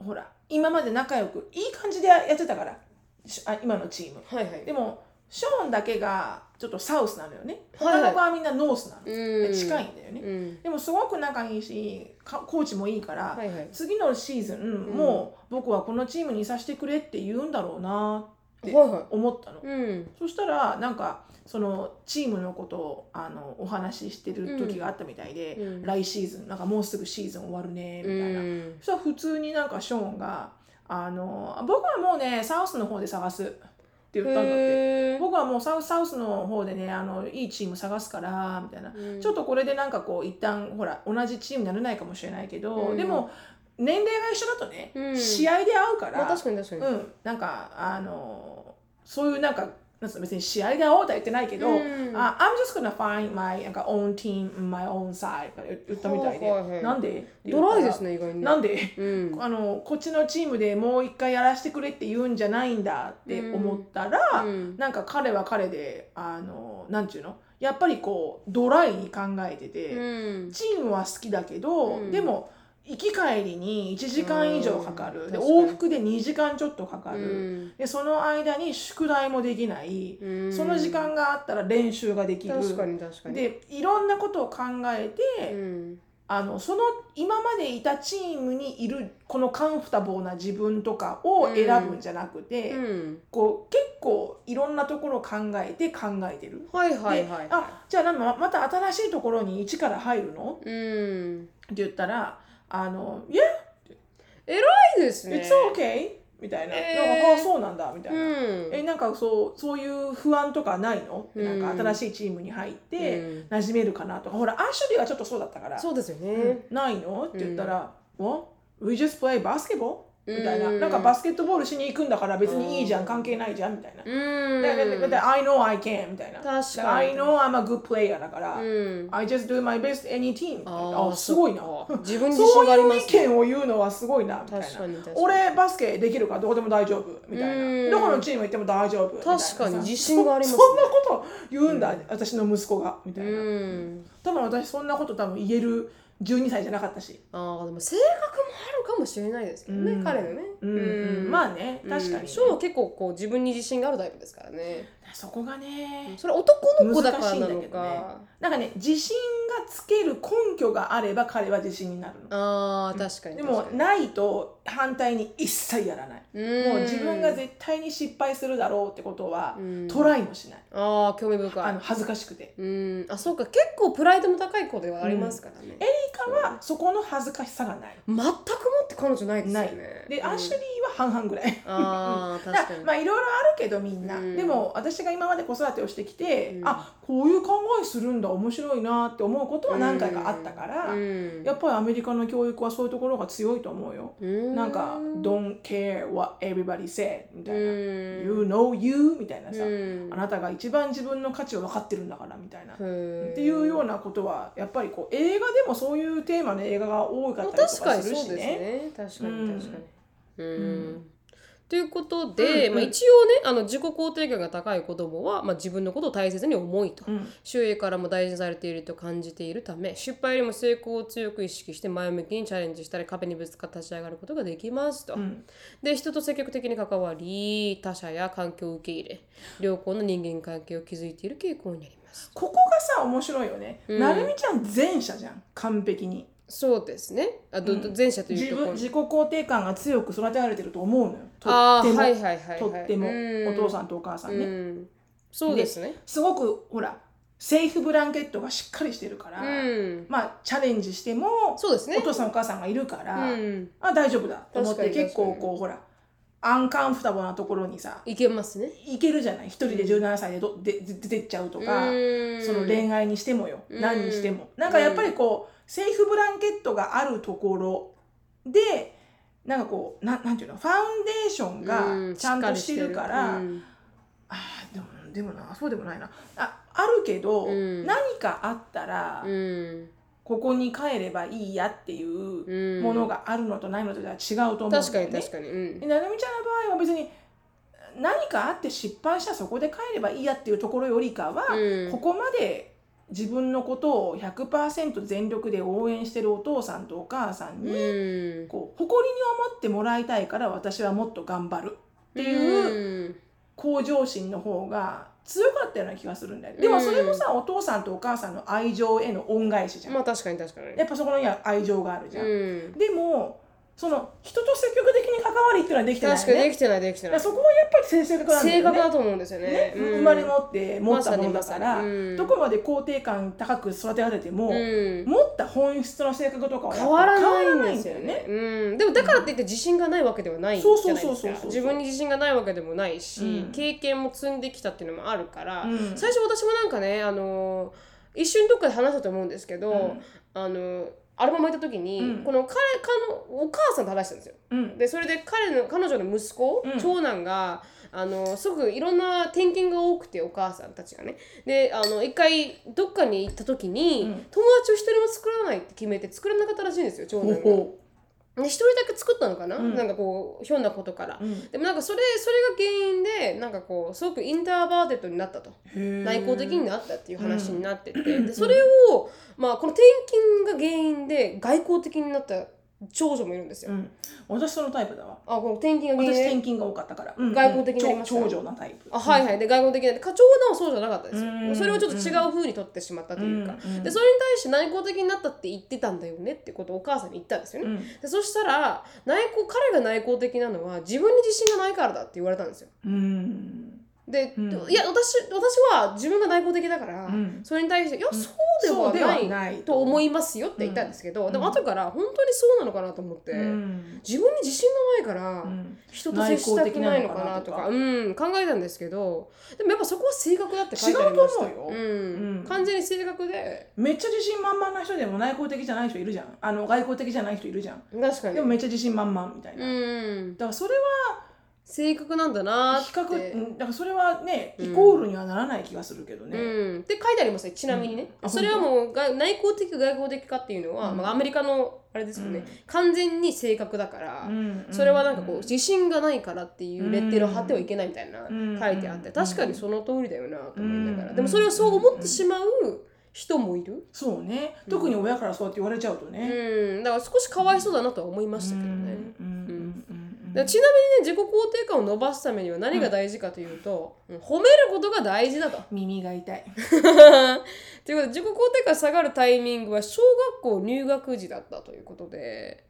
ほら今まで仲良くいい感じでやってたからしあ今のチーム。
はいはい
でもショーンだけがちょっとサウスなのよね
は
他
いはい
の子はみんなノースなの、
うん
で近いんだよね、
うん
でもすごく仲いいしかコーチもいいから、
はいはい
次のシーズン、
ん
もう僕はこのチームにいさせてくれって言うんだろうなって
はいはい
思ったの、
うん
そしたらなんかそのチームのことをあのお話ししてる時があったみたいで、
うんうん
来シーズンなんかもうすぐシーズン終わるねみたいな、
うん
そしたら普通になんかショーンが「あの僕はもうねサウスの方で探す」って言ったんだって。
へー
僕はもうサウスサウスの方でねあのいいチーム探すからみたいな、
うん
ちょっとこれでなんかこう一旦ほら同じチームになれないかもしれないけど、
うん
でも年齢が一緒だとね、
うん
試合で会うから、
まあ確かに確かに
うん、なんかあのそういうなんかなんつうの別に試合で会おうとは言ってないけど、
うん
あ I'm just gonna find my なんか own team my own side とか言ったみたいで、
はいはいはい
なんでって言う
ド
から
ライですね意外に
なんで
うん
あのこっちのチームでもう一回やらせてくれって言うんじゃないんだって思ったら、
うん
なんか彼は彼であのなんちゅうのやっぱりこうドライに考えてて、
うん
チームは好きだけど、
うん
でも行き帰りに1時間以上かか
う
る
ん
で
確かに
往復で2時間ちょっとかかる、でその間に宿題もできない、
うん
その時間があったら練習ができる
確かに確かに
でいろんなことを考えて、
うん
あのその今までいたチームにいるこのカンフタボーな自分とかを選ぶんじゃなくて、
うん
こう結構いろんなところを考えて考えてる。
はいはい
で
はい
あじゃあなんかまた新しいところに一から入るの
うん
って言ったら「あの Yeah,
偉いですね
it's okay みたいな,、
えー
なんかああそうなんだみたいな、
うん
えなんかそうそういう不安とかないの、
うん
なんか新しいチームに入って、
うん
馴染めるかなとかほらアシュリーはちょっとそうだったから
そうですよね、
ないのって言ったら「What? We just play basketball?」みたいな、
うん
なんかバスケットボールしに行くんだから別にいいじゃん、関係ないじゃんみたいな、
うん
だだだだ I know I can みたいな
確かに
I know I'm a good player だから、
うん
I just do my best any team
あ
あ
ー
すごいな
そっか自分に自
(laughs) そ
信
う
がありま
いう意
すね
見を言うのはすごいなみたいな
確かに確かに
俺バスケできるからどこでも大丈夫みたい
うん
などこのチーム行っても大丈夫みたいな
確かに自信がありますね
そそんなこと言うんだ、私の息子がみたいな、
うん
多分私そんなこと多分言える12歳じゃなかったし、
ああでも性格もあるかもしれないですけどね、
うん
彼のね、
うん
あ
まあね確かに、
ショーは結構こう自分に自信があるタイプですからね
そこがね
それ男の子だか
難
ら
しいん
な
だ
の
けどね
か、
なんかね自信がつける根拠があれば彼は自信になるの
ああ確かに
でも
確か
ないと反対に一切やらない、
に
もうん自分が絶対に失敗するだろうってことは、
うん
トライもしない
ああ興味
あ
深い
の恥ずかしくて
うんあそうか結構プライドも高い子ではありますからね、
エリカはそこの恥ずかしさがない
全くもって彼女ないですよ
な
ね
いで、アシュリー
ー
は半々ぐらい
ああ
だ
確かに
(laughs) まあいろいろあるけどみんな、
うん
でも私が今まで子育てをしてきて、
うん
あこういう考えするんだ面白いなって思うことは何回かあったから、
うん
やっぱりアメリカの教育はそういうところが強いと思うよ、
うん
なんか「Don't care what everybody said」みたいな「
うん
You know you」みたいなさ、
うん
あなたが一番自分の価値を分かってるんだからみたいな、
っ
っていうようなことはやっぱりこう映画でもそういうテーマの映画が多かったり
確
と
か
か
に
す
そう
る
で
し
す
ね。
ね確かに確かに。うん
うん
ということで、
うん
まあ、一応ねあの自己肯定感が高い子供は、まあ、自分のことを大切に思いと、
うん
周囲からも大事にされていると感じているため失敗よりも成功を強く意識して前向きにチャレンジしたり壁にぶつかって立ち上がることができますと、
うん
で人と積極的に関わり他者や環境を受け入れ良好な人間関係を築いている傾向になります
ここがさ面白いよね、
うん
なるみちゃん前者じゃん完璧に
そうですねあど、
うん
前者という
自
とこ
分自己肯定感が強く育てられてると思うのよと
あ
っ
あ
て
ー
も、
はいはいはい、はい、
とっても、
うん
お父さんとお母さんね、
うん、そうですね。
すごくほらセーフブランケットがしっかりしてるから、
うん、
まあチャレンジしても、
そうですね。
お父さんお母さんがいるから、
うん、
あ大丈夫だと思っ
確
て
かに
結構
確か
こうほらアンカンフタボなところにさ
いけますね。
いけるじゃない一人で17歳でどでで出てっちゃうとか、
うん
その恋愛にしてもよ、
うん
何にしてもなんかやっぱりこうセーフブランケットがあるところでなんかこうなんなんていうのファウンデーション
う
がちゃんと
し
し
っり
てるから、
うん
あーでもでもなそうでもないなああるけど、
うん
何かあったら、
うん
ここに帰ればいいやっていう
うん、
ものがあるのとないのとでは違うと思うんだよね。
確かに確かに、うん
で、なるみちゃんの場合は別に何かあって失敗したらそこで帰ればいいやっていうところよりかは、
うん
ここまで自分のことを100%全力で応援してるお父さんとお母さ
う
んに、
ん、っ
こう誇りに思ってもらいたいから私はもっと頑張るってい
う
う
ん、
向上心の方が強かったような気がするんだよでもそれもさ、お父さんとお母さんの愛情への恩返しじゃん、
まあ確かに確かに。
やっぱそこには愛情があるじゃん、
うん、
でもその人と積極的に関わりっていうのはできてないよ
確か
ね
にできてないできて
だか
ない。
らそこはやっぱり性格なんだよね
性格だと思うんですよね。
ね、
うん
生まれ持って持ったもの
ま
だから、
さにまさにうん
どこまで肯定感高く育てられて
う
も、
ん、
持った本質の性格とかはやっ
変
ぱ
わら
変わ
な
ら
いんで
ん
す
だ
よね。うん、でもだからといって自信がないわけではないじ
そう
ゃ
そう
ない
そ
で
う
す
そう
か。自分に自信がないわけでもないし、
うん
経験も積んできたっていうのもあるから、
うん
最初私もなんかね、あの一瞬どっかで話したと思うんですけど、
うん
あのアルバム行った時に、
うん
この彼彼のお母さんと話したんですよ。
うん
でそれで彼の彼女の息子、
うん
長男があのすごくいろんな転勤が多くてお母さんたちがねであの一回どっかに行った時に、
うん
友達を一人も作らないって決めて作らなかったらしいんですよ長
ほう
男が。
ほ
で一人だけ作ったのかな、
うん
なんかこうひょんなことから。
う、うん
でもなんかそれそれが原因でなんかこうすごくインターバーテッドになったと内向的になったっていう話になってて、でそれを、まあ、この転勤が原因で外交的になった長女もいるんですよ。
うん、私そのタイプだわ
あこの転勤が原
私
因で
転勤が多かったから、うん
外交的になりま
ち
した
ょ長女なタイプ
あはいはいで外交的なんで課長男はそうじゃなかったですよ
うん
それをちょっと違う風に取ってしまったというか、
うん
でそれに対して内向的になったって言ってたんだよねってことをお母さんに言ったんですよ
う
ね、
ん
でそしたら内向彼が内向的なのは自分に自信がないからだって言われたんですよ
うん
で、
うん
いや私私は自分が内向的だから、
うん
それに対して「いや
うん
そうではない」
ない
と思いますよって言ったんですけど、
うん
でも後から本当にそうなのかなと思って、
うん
自分に自信がないから、
うん
人と接したくないのかなとかうん、考えたんですけどでもやっぱそこは性格だって書いてありました
違うと思うよ
ん
うん
完全に性格で
めっちゃ自信満々な人でも内向的じゃない人いるじゃんあの外向的じゃない人いるじゃん
確かに
でもめっちゃ自信満々みたいな、
う
だ
ん
からそれは
性格なんだなーって
比較
う
うんだからそれはね
う
イ
ん
コールにはならない気がするけどね、
ん、って書いてありますねちなみにね、
うんあ
それはもう外内向的外向的かっていうのは、
うん
まあ、アメリカのあれですよね、
うん
完全に性格だから、
うん
それはなんかこう
うん
自信がないからっていうレッテルを貼ってはいけないみたいな
うん
書いてあって
うん
確かにその通りだよなと思いなが
う
ら
ん
でもそれをそう思ってしまう人もいる
そうね
うん
特に親からそうやって言われちゃうとね、
うんだから少しかわいそうだなとは思いましたけどね
うんうんうんうん
だからちなみにね自己肯定感を伸ばすためには何が大事かというとうん褒めることが大事だと。
耳が痛い。
(laughs) ということで自己肯定感下がるタイミングは小学校入学時だったということで、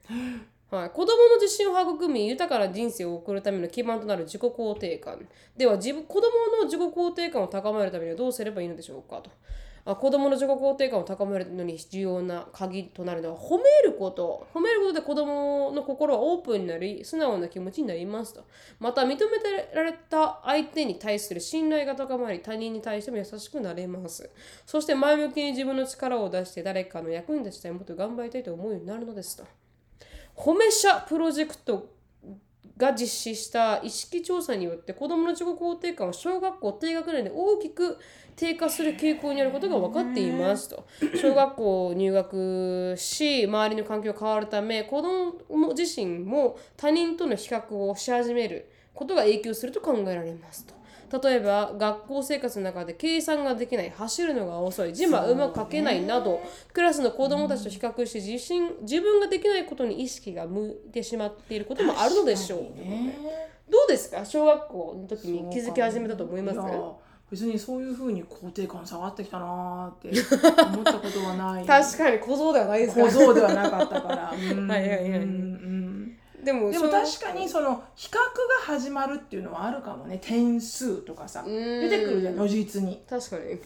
はい、子どもの自信を育み豊かな人生を送るための基盤となる自己肯定感では自分子どもの自己肯定感を高めるためにはどうすればいいのでしょうかとあ子どもの自己肯定感を高めるのに必要な鍵となるのは褒めること褒めることで子どもの心はオープンになり素直な気持ちになりますとまた認めてられた相手に対する信頼が高まり他人に対しても優しくなれますそして前向きに自分の力を出して誰かの役に立ちたいもっと頑張りたいと思うようになるのですと褒め者プロジェクトが実施した意識調査によって子どもの自己肯定感は小学校低学年で大きく低下する傾向にあることが分かっていますと小学校入学し周りの環境が変わるため子ども自身も他人との比較をし始めることが影響すると考えられますと例えば学校生活の中で計算ができない走るのが遅い字はうまく書けないなどクラスの子どもたちと比較して自信自分ができないことに意識が向いてしまっていることもあるのでしょう
確かにね
どうですか小学校の時に気づき始めたと思います
そうかもねいや別にそういうふうに肯定感下がってきたなー
(laughs)
って思ったことはない
確かに小僧ではないですか
小
ら
僧ではなかった (laughs) から。うん
はいはいはい
うん
でも
でも
小学
確かにその比較が始まるっていうのはあるかもね点数とかさ
うん
出てくるじゃん如実に、
確かに
うん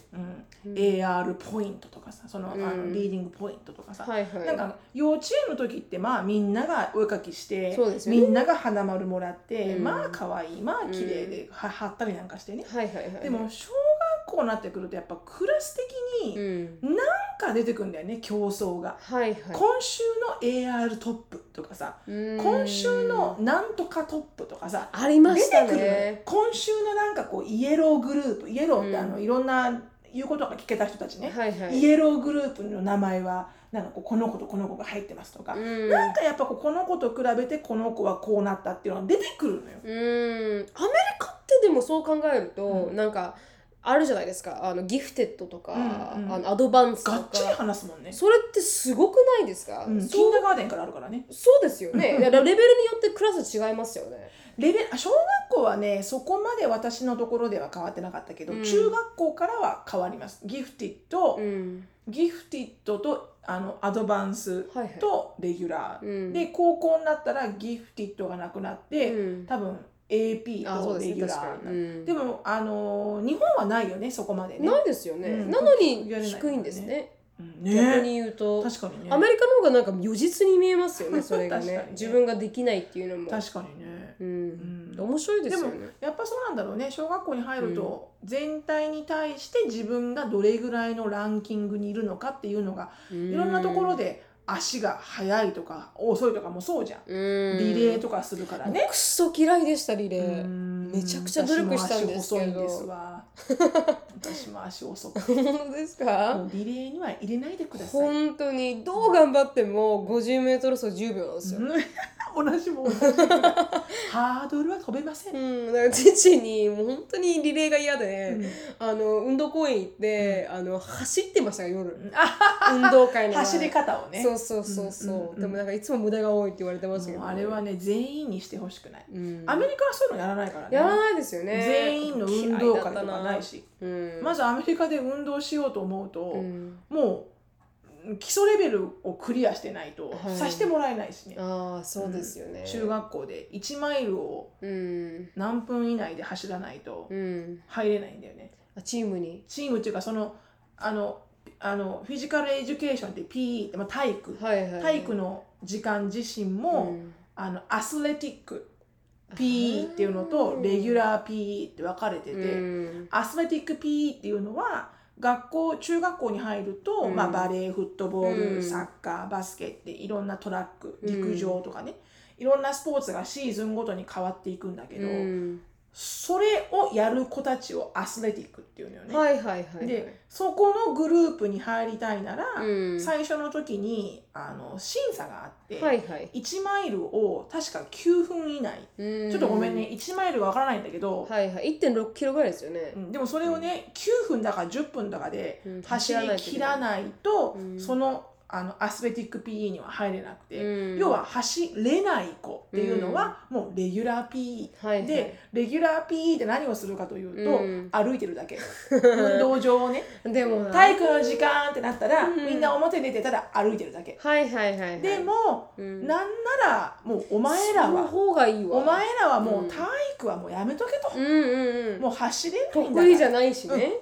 うん
AR ポイントとかさそのあ
う
の
ん
リーディングポイントとかさ、
はいはい
なんか幼稚園の時ってまあみんながお絵かきして、
そうですよね
みんなが花丸もらって、
うん
まあ可愛いまあ綺麗では貼ったりなんかしてね、
はいはいはい
でも小学校になってくるとやっぱクラス的に
う
なん
ん
か出てくるんだよね競争が、
はいはい
今週の AR トップとかさ、
うん
今週のなんとかトップとかさ
ありま
出
してた
くるのよ
ね
今週のなんかこうイエローグループイエローって
うん
あの、いろんな言うことが聞けた人たちね、
はいはい
イエローグループの名前はなんかこうこの子とこの子が入ってますとか、
うん
なんかやっぱこうこの子と比べてこの子はこうなったっていうのが出てくるのよ。
うーんアメリカってでもそう考えると、
うん
なんかあるじゃないですかあのギフテッドとか、
うんうん
あのアドバンスと
がっちり
か
話すもんね。
それってすごくないですか、
うん、キ
そ
ン
う
ダーガーデンからあるからね。
そうですよ
(laughs)
ねいやレベルによってクラス違いますよね
レベルあ小学校はねそこまで私のところでは変わってなかったけど、
うん
中学校からは変わります。ギフティッド、
うん
ギフティッドとあのアドバンス
はいはい
とレギュラー。
うん
で高校になったらギフティッドがなくなって、
うん
多分 AP
あそう
と
です
レギ
ね
ュ
確
ラ
か
ーになって
に、うん
でもあのー日本はないよねそこまでね。
ないですよね、
うん
なのに
やれない
低いんですね
うん
逆
ね
に言うと、
確かにね。
アメリカの方がなんか如実に見えますよねそれが
確
ね
かにね
自分ができないっていうのも
確かにね。
う、
うんん
面白いで
です
よ
も
ね
やっぱそうなんだろうね小学校に入ると全体に対して自分がどれぐらいのランキングにいるのかっていうのがいろんなところで足が速いとか遅いとかもそうじゃん
リ
リレーとかするからね
くっそ嫌いでしたリレ
う
ー
ん
めちゃくちゃ努力したんですけど
私も足遅いんですわ私も足遅く
(laughs) 本当ですか
もうリレーには入れないでください
本当にどう頑張っても 50m 走10秒なんですよ、
うん同じもん同じもんハードルは飛べません、
うん、だから父にもう本当にリレーが嫌で、
う
あの運動公園行って、あの走ってましたから夜
んあ
運動会の前
走り方をね
そうそうそうそう、
うんうんうん
でもなんかいつも無駄が多いって言われてましたけど、
もうあれはね全員にしてほしくない、
うん
アメリカはそういうのやらないからね
やらないですよね
全員の運動会とかないし
嫌だったなうん
まずアメリカで運動しようと思うと、
うん
もううん基礎レベルをクリアしてないと
はい
さしてもらえないしね、
ああそうですよね。
中学校で1マイルを
うん
何分以内で走らないと
うん
入れないんだよね
あチームに
チームっていうかそのあのあのフィジカルエデュケーションって PE って、まあ、体育
はいはい
体育の時間自身も、
うん
あのアスレティック PE っていうのとレギュラー PE って分かれてて、
うん
アスレティック PE っていうのは学校中学校に入ると、
うん
まあ、バレーフットボール、
うん
サッカーバスケっていろんなトラック
うん
陸上とかね、いろんなスポーツがシーズンごとに変わっていくんだけど、
うん
それをやる子たちをアスレティックっていうのよね。
はいはいはいはい。
でそこのグループに入りたいなら、
うん
最初の時にあの審査があって、
はいはい。
1マイルを確か9分以内、
うん
ちょっとごめんね。1マイルわからないんだけど、
はいはい。1.6キロぐらいですよね。
うんでもそれをね、9分だか10分だかで
うん
走り切らないと、
うん
そのあのアスレティック PE には入れなくて、
うん
要は走れない子っていうのは、もうレギュラー PE、
はいはい
でレギュラー PE って何をするかというと、
うん
歩いてる
(laughs)
だけ運動場をね
でもな
体育の時間ってなったら、
うん
みんな表に出てたら歩いてるだけ、
はいはいはいはい。
でも、
うん
なんならもうお前ら
その
は
方がいいわ。
お前らはもううん体育はもうやめとけと、
うんうんうん。
もう走れないんだから
得意じゃないし
うん
ね。
違う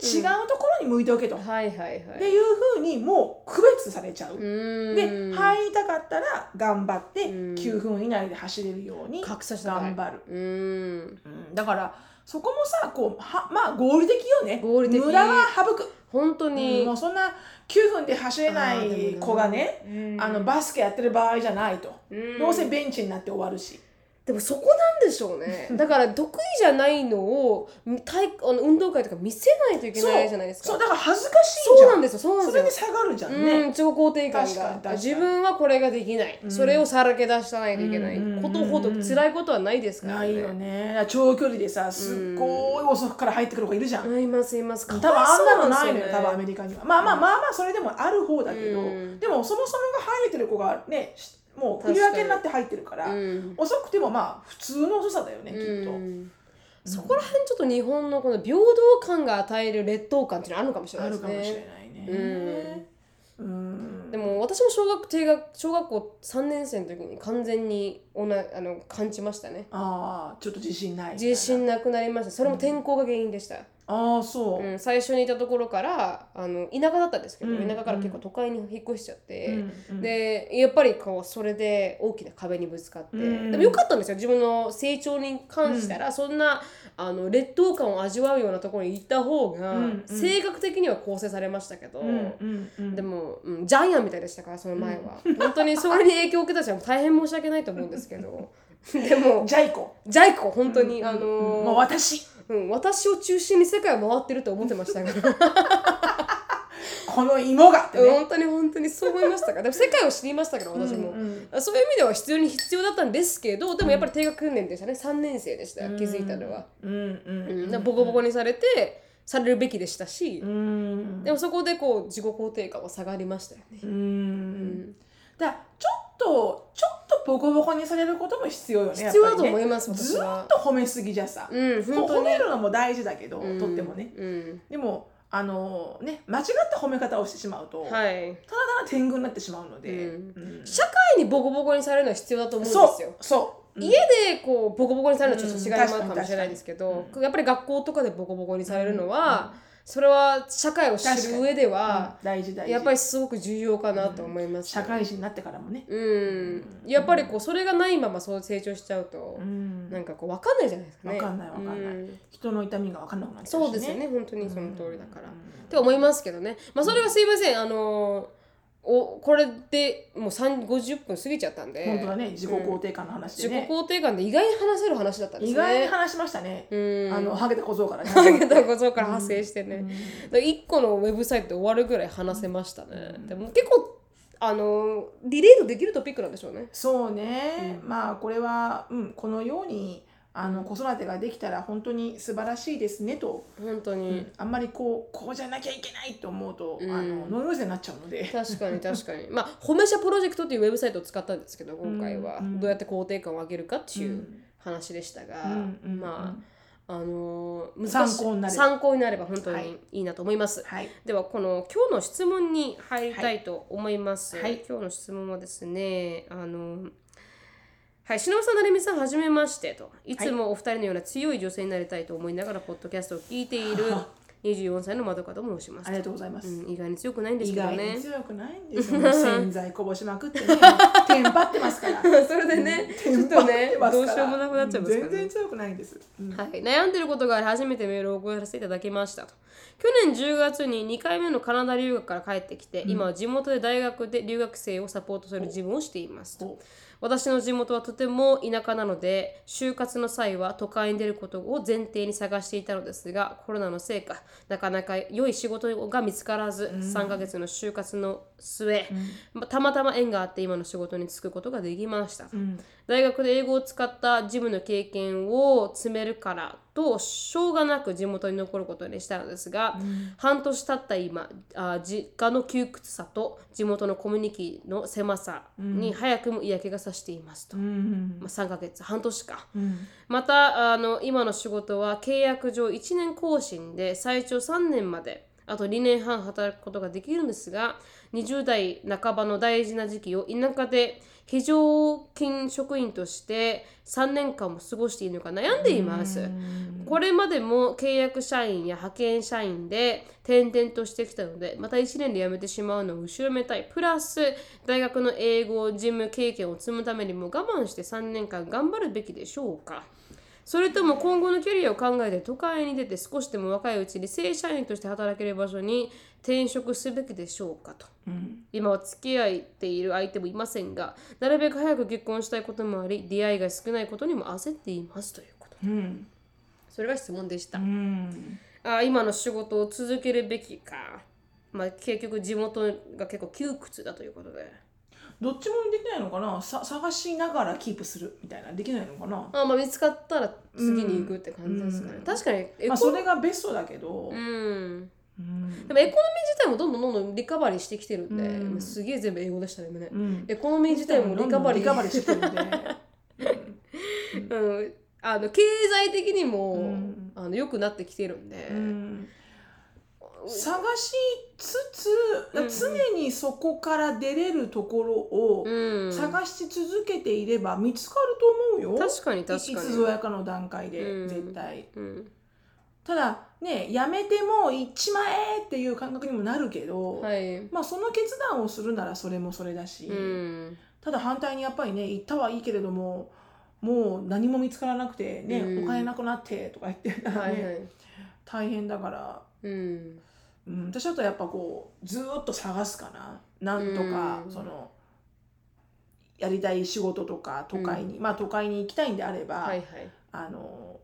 ところに向いておけと、
うん。
っ
はいはいはい。
ていうふうにもう区別されちゃう、
うん
で入りたかったら頑張って
うん
9分以内で走れるように
格差社会
頑張る、
うん。
うんだからそこもさこうはまあ合理的よね
合理的
無駄は省く、
本当
うん
に
もう。そんな9分で走れな
あーで
い
もな
子がねあのバスケやってる場合じゃないと、
うん
どうせベンチになって終わるし、
でもそこなんでしょうね。だから得意じゃないのを体育あの運動会とか見せないといけないじゃないですか。
そうだから恥ずかしい
そう
じゃん
なんですよ。そうなん
そ
です
れ
よ
で。下がるじゃんね、
うん、自己肯定感
確かに
が
確かに
自分はこれができない、
うん
それをさらけ出さないといけない、
うん
ことほど辛いことはないですから
な
ね
いよねだから長距離でさすっごい遅くから入ってくる子いるじゃん、
あいますいます
多分あんなのないの
か
よ多
わ
分アメリカにはまあまあまあまあそれでもある方だけど、
うん
でもそもそもが入れてる子がねしもう
確か
振
に
り分けになって入ってるから、
そうなんですよね
遅くてもまあ普通の遅さだよね、
うん
きっと、
うんそこら辺ちょっと日本のこの平等感が与える劣等感っていうのはあるのかもしれな
あ
いで
る
す
かもしれ
ね。
ないねうん
でも私も小学低学小学校3年生の時に完全におなあの感じましたね
ああちょっと自信ないみたいな
自信なくなりましたそれも転校が原因でした、
ああそう、
うん、最初にいたところからあの田舎だったんですけど、
うん
田舎から結構都会に引っ越しちゃって、
うんうん
でやっぱりこうそれで大きな壁にぶつかって、
うん
でもよかったんですよ自分の成長に関したら、そんなあの劣等感を味わうようなところに行った方が、
うんうん
性格的には構成されましたけど、
うんうんうん
でも、うん、ジャイアンみたいでしたからその前は、 (laughs) 本当にそれに影響を受けた人は大変申し訳ないと思うんですけど (laughs) でも
ジャイコ
ジャイ子本当に、あのー
もう私
うん、私を中心に世界を回ってると思ってましたから。
この芋がってね、
本当に本当にそう思いましたからで (laughs) も世界を知りましたから私も、
うん
そういう意味では必要に必要だったんですけどでもやっぱり低学訓練でしたね3年生でした気づいたのは、
うんうん
う
うんん
だからボコボコにされてされるべきでしたし、
うん
でもそこでこう自己肯定感は下がりましたよね
う、
うん
んだからちょっとちょっとボコボコにされることも必要よね
必要だと
やっぱ
思
り
い
ね
ます、私
ずー
は
っと褒めすぎじゃさ、
うん
ほ
本当
褒
に
めるのも大事だけど、
うん
とってもね
うん
でもあのね間違った褒め方をしてしまうと、ただ
はい
ただ天狗になってしまうので、
うん
うん
社会にボコボコにされるのは必要だと思うん
そ
ですよ
うそう、うん
家でこうボコボコにされるのはちょっと違いもあるかもしれないですけ
うん
ど
確、かに確
やっぱり学校とかでボコボコにされるのは、それは社会を知る上では
うん大事大事
やっぱりすごく重要かなと思います、
社会人になってからもね、
うん、やっぱりこうそれがないままそう成長しちゃうと、
うん
なんかこう分かんないじゃないですかね。
わかんないわかんない
うん
人の痛みが分かんなくなっちゃうし、ね、
そうですよね本当にその通りだから。
うん
って思いますけどね、まあ、それはすいません、あのおこれでもう3 50分過ぎちゃったんで
本当だね自己肯定感の話
自
で
己
ね、
肯定感で意外に話せる話だったんですね。
意外に話しましたね、
うん
あのハゲた小僧から
(laughs)
ね
あげたことから派生してね、だから1個のウェブサイトで終わるぐらい話せましたね、でも結構あのリレートできるトピックなんでしょうね
そうね、まあこれは、うん、このようにあの子育てができたら本当に素晴らしいですねと、
本当に、
あんまりこうこうじゃなきゃいけないと思うと、
うん
あのノイローゼになっちゃうので。
確かに確かに (laughs) まあ褒めしゃプロジェクトっていうウェブサイトを使ったんですけど今回は
うん
どうやって肯定感を上げるかっていううん話でしたが、
うんうん
まああのー難しい
参考になれば
参考になれば本当
は
に
い
いいなと思います、
はい。
ではこの今日の質問に入りたいと思います、
はいはい
今日の質問はですねあのはい、しのぶさん、なるみさん、はじめましてと。いつもお二人のような強い女性になりたいと思いながら、ポッドキャストを聞いている24歳の窓かと申します
ありがとうございます。
うん、意外に強くないんです
意
けど
外
ね
に。強くないんですよ。もう洗剤こぼしまくってね、テンパってますから。
(laughs) それでね、ち
テ
ょ
ン
っ
パ
と
っ
ね
(laughs) て、ます
ど
から
うしようもなくなっちゃいますから
全
ね
然。強くないんです。うん
はい、悩んでることがあり初めてメールを送らせていただきましたと去年10月に2回目のカナダ留学から帰ってきて、今は地元で大学で留学生をサポートする事務をしていますと
お
私の地元はとても田舎なので就活の際は都会に出ることを前提に探していたのですがコロナのせいかなかなか良い仕事が見つからず、3ヶ月の就活の末、またまたま縁があって今の仕事に就くことができましたと、
うん
大学で英語を使った事務の経験を詰めるからとしょうがなく地元に残ることにしたのですが、半年経った今あ実家の窮屈さと地元のコミュニティの狭さに早くも嫌気がさしていますと、
うん
まあ、3ヶ月半年か、
うん
またあの今の仕事は契約上1年更新で最長3年まであと2年半働くことができるんですが20代半ばの大事な時期を田舎で非常勤職員として3年間も過ごしているのか悩んでいます。これまでも契約社員や派遣社員で転々としてきたのでまた1年で辞めてしまうのを後ろめたいプラス大学の英語事務経験を積むためにも我慢して3年間頑張るべきでしょうかそれとも今後のキャリアを考えて都会に出て少しでも若いうちに正社員として働ける場所に転職すべきでしょうかと
うん
今は付き合っている相手もいませんがなるべく早く結婚したいこともあり出会いが少ないことにも焦っていますということ
うん
それが質問でした
うん
あ今の仕事を続けるべきか、まあ、結局地元が結構窮屈だということで
どっちもできないのかなさ探しながらキープするみたいなできないのかな
あ、まあ、見つかったら次に行くって感じですかね、
うん
確かにエコ、
まあそれがベストだけど、
うん
うん
でもエコノミー自体もどんどんどんどんリカバリーしてきてるんで、
うん
まあすげえ全部英語でしたね今ね、
うん
エコノミー自体もリカバリー
リカバリーしてるんで
うん、あの経済的にも、
うん
あの良くなってきてるんで、
うん探しつつ、
うん
常にそこから出れるところを
うん
探し続けていれば見つかると思うよ、
確かに確
い
か
つ
に
ぞやかの段階で、
うん
絶対
うん
ただねやめても行っちまえっていう感覚にもなるけど、
はい、
まあその決断をするならそれもそれだし、
うん
ただ反対にやっぱりね行ったはいいけれどももう何も見つからなくてね、
うん
お金なくなってとか言って、
はいは
(laughs) ね
い、
大変だから、
うん
うん、私だとやっぱこうずーっと探すかななんとか、
うん
そのやりたい仕事とか都会に、まあ都会に行きたいんであれば、
はいはい
あの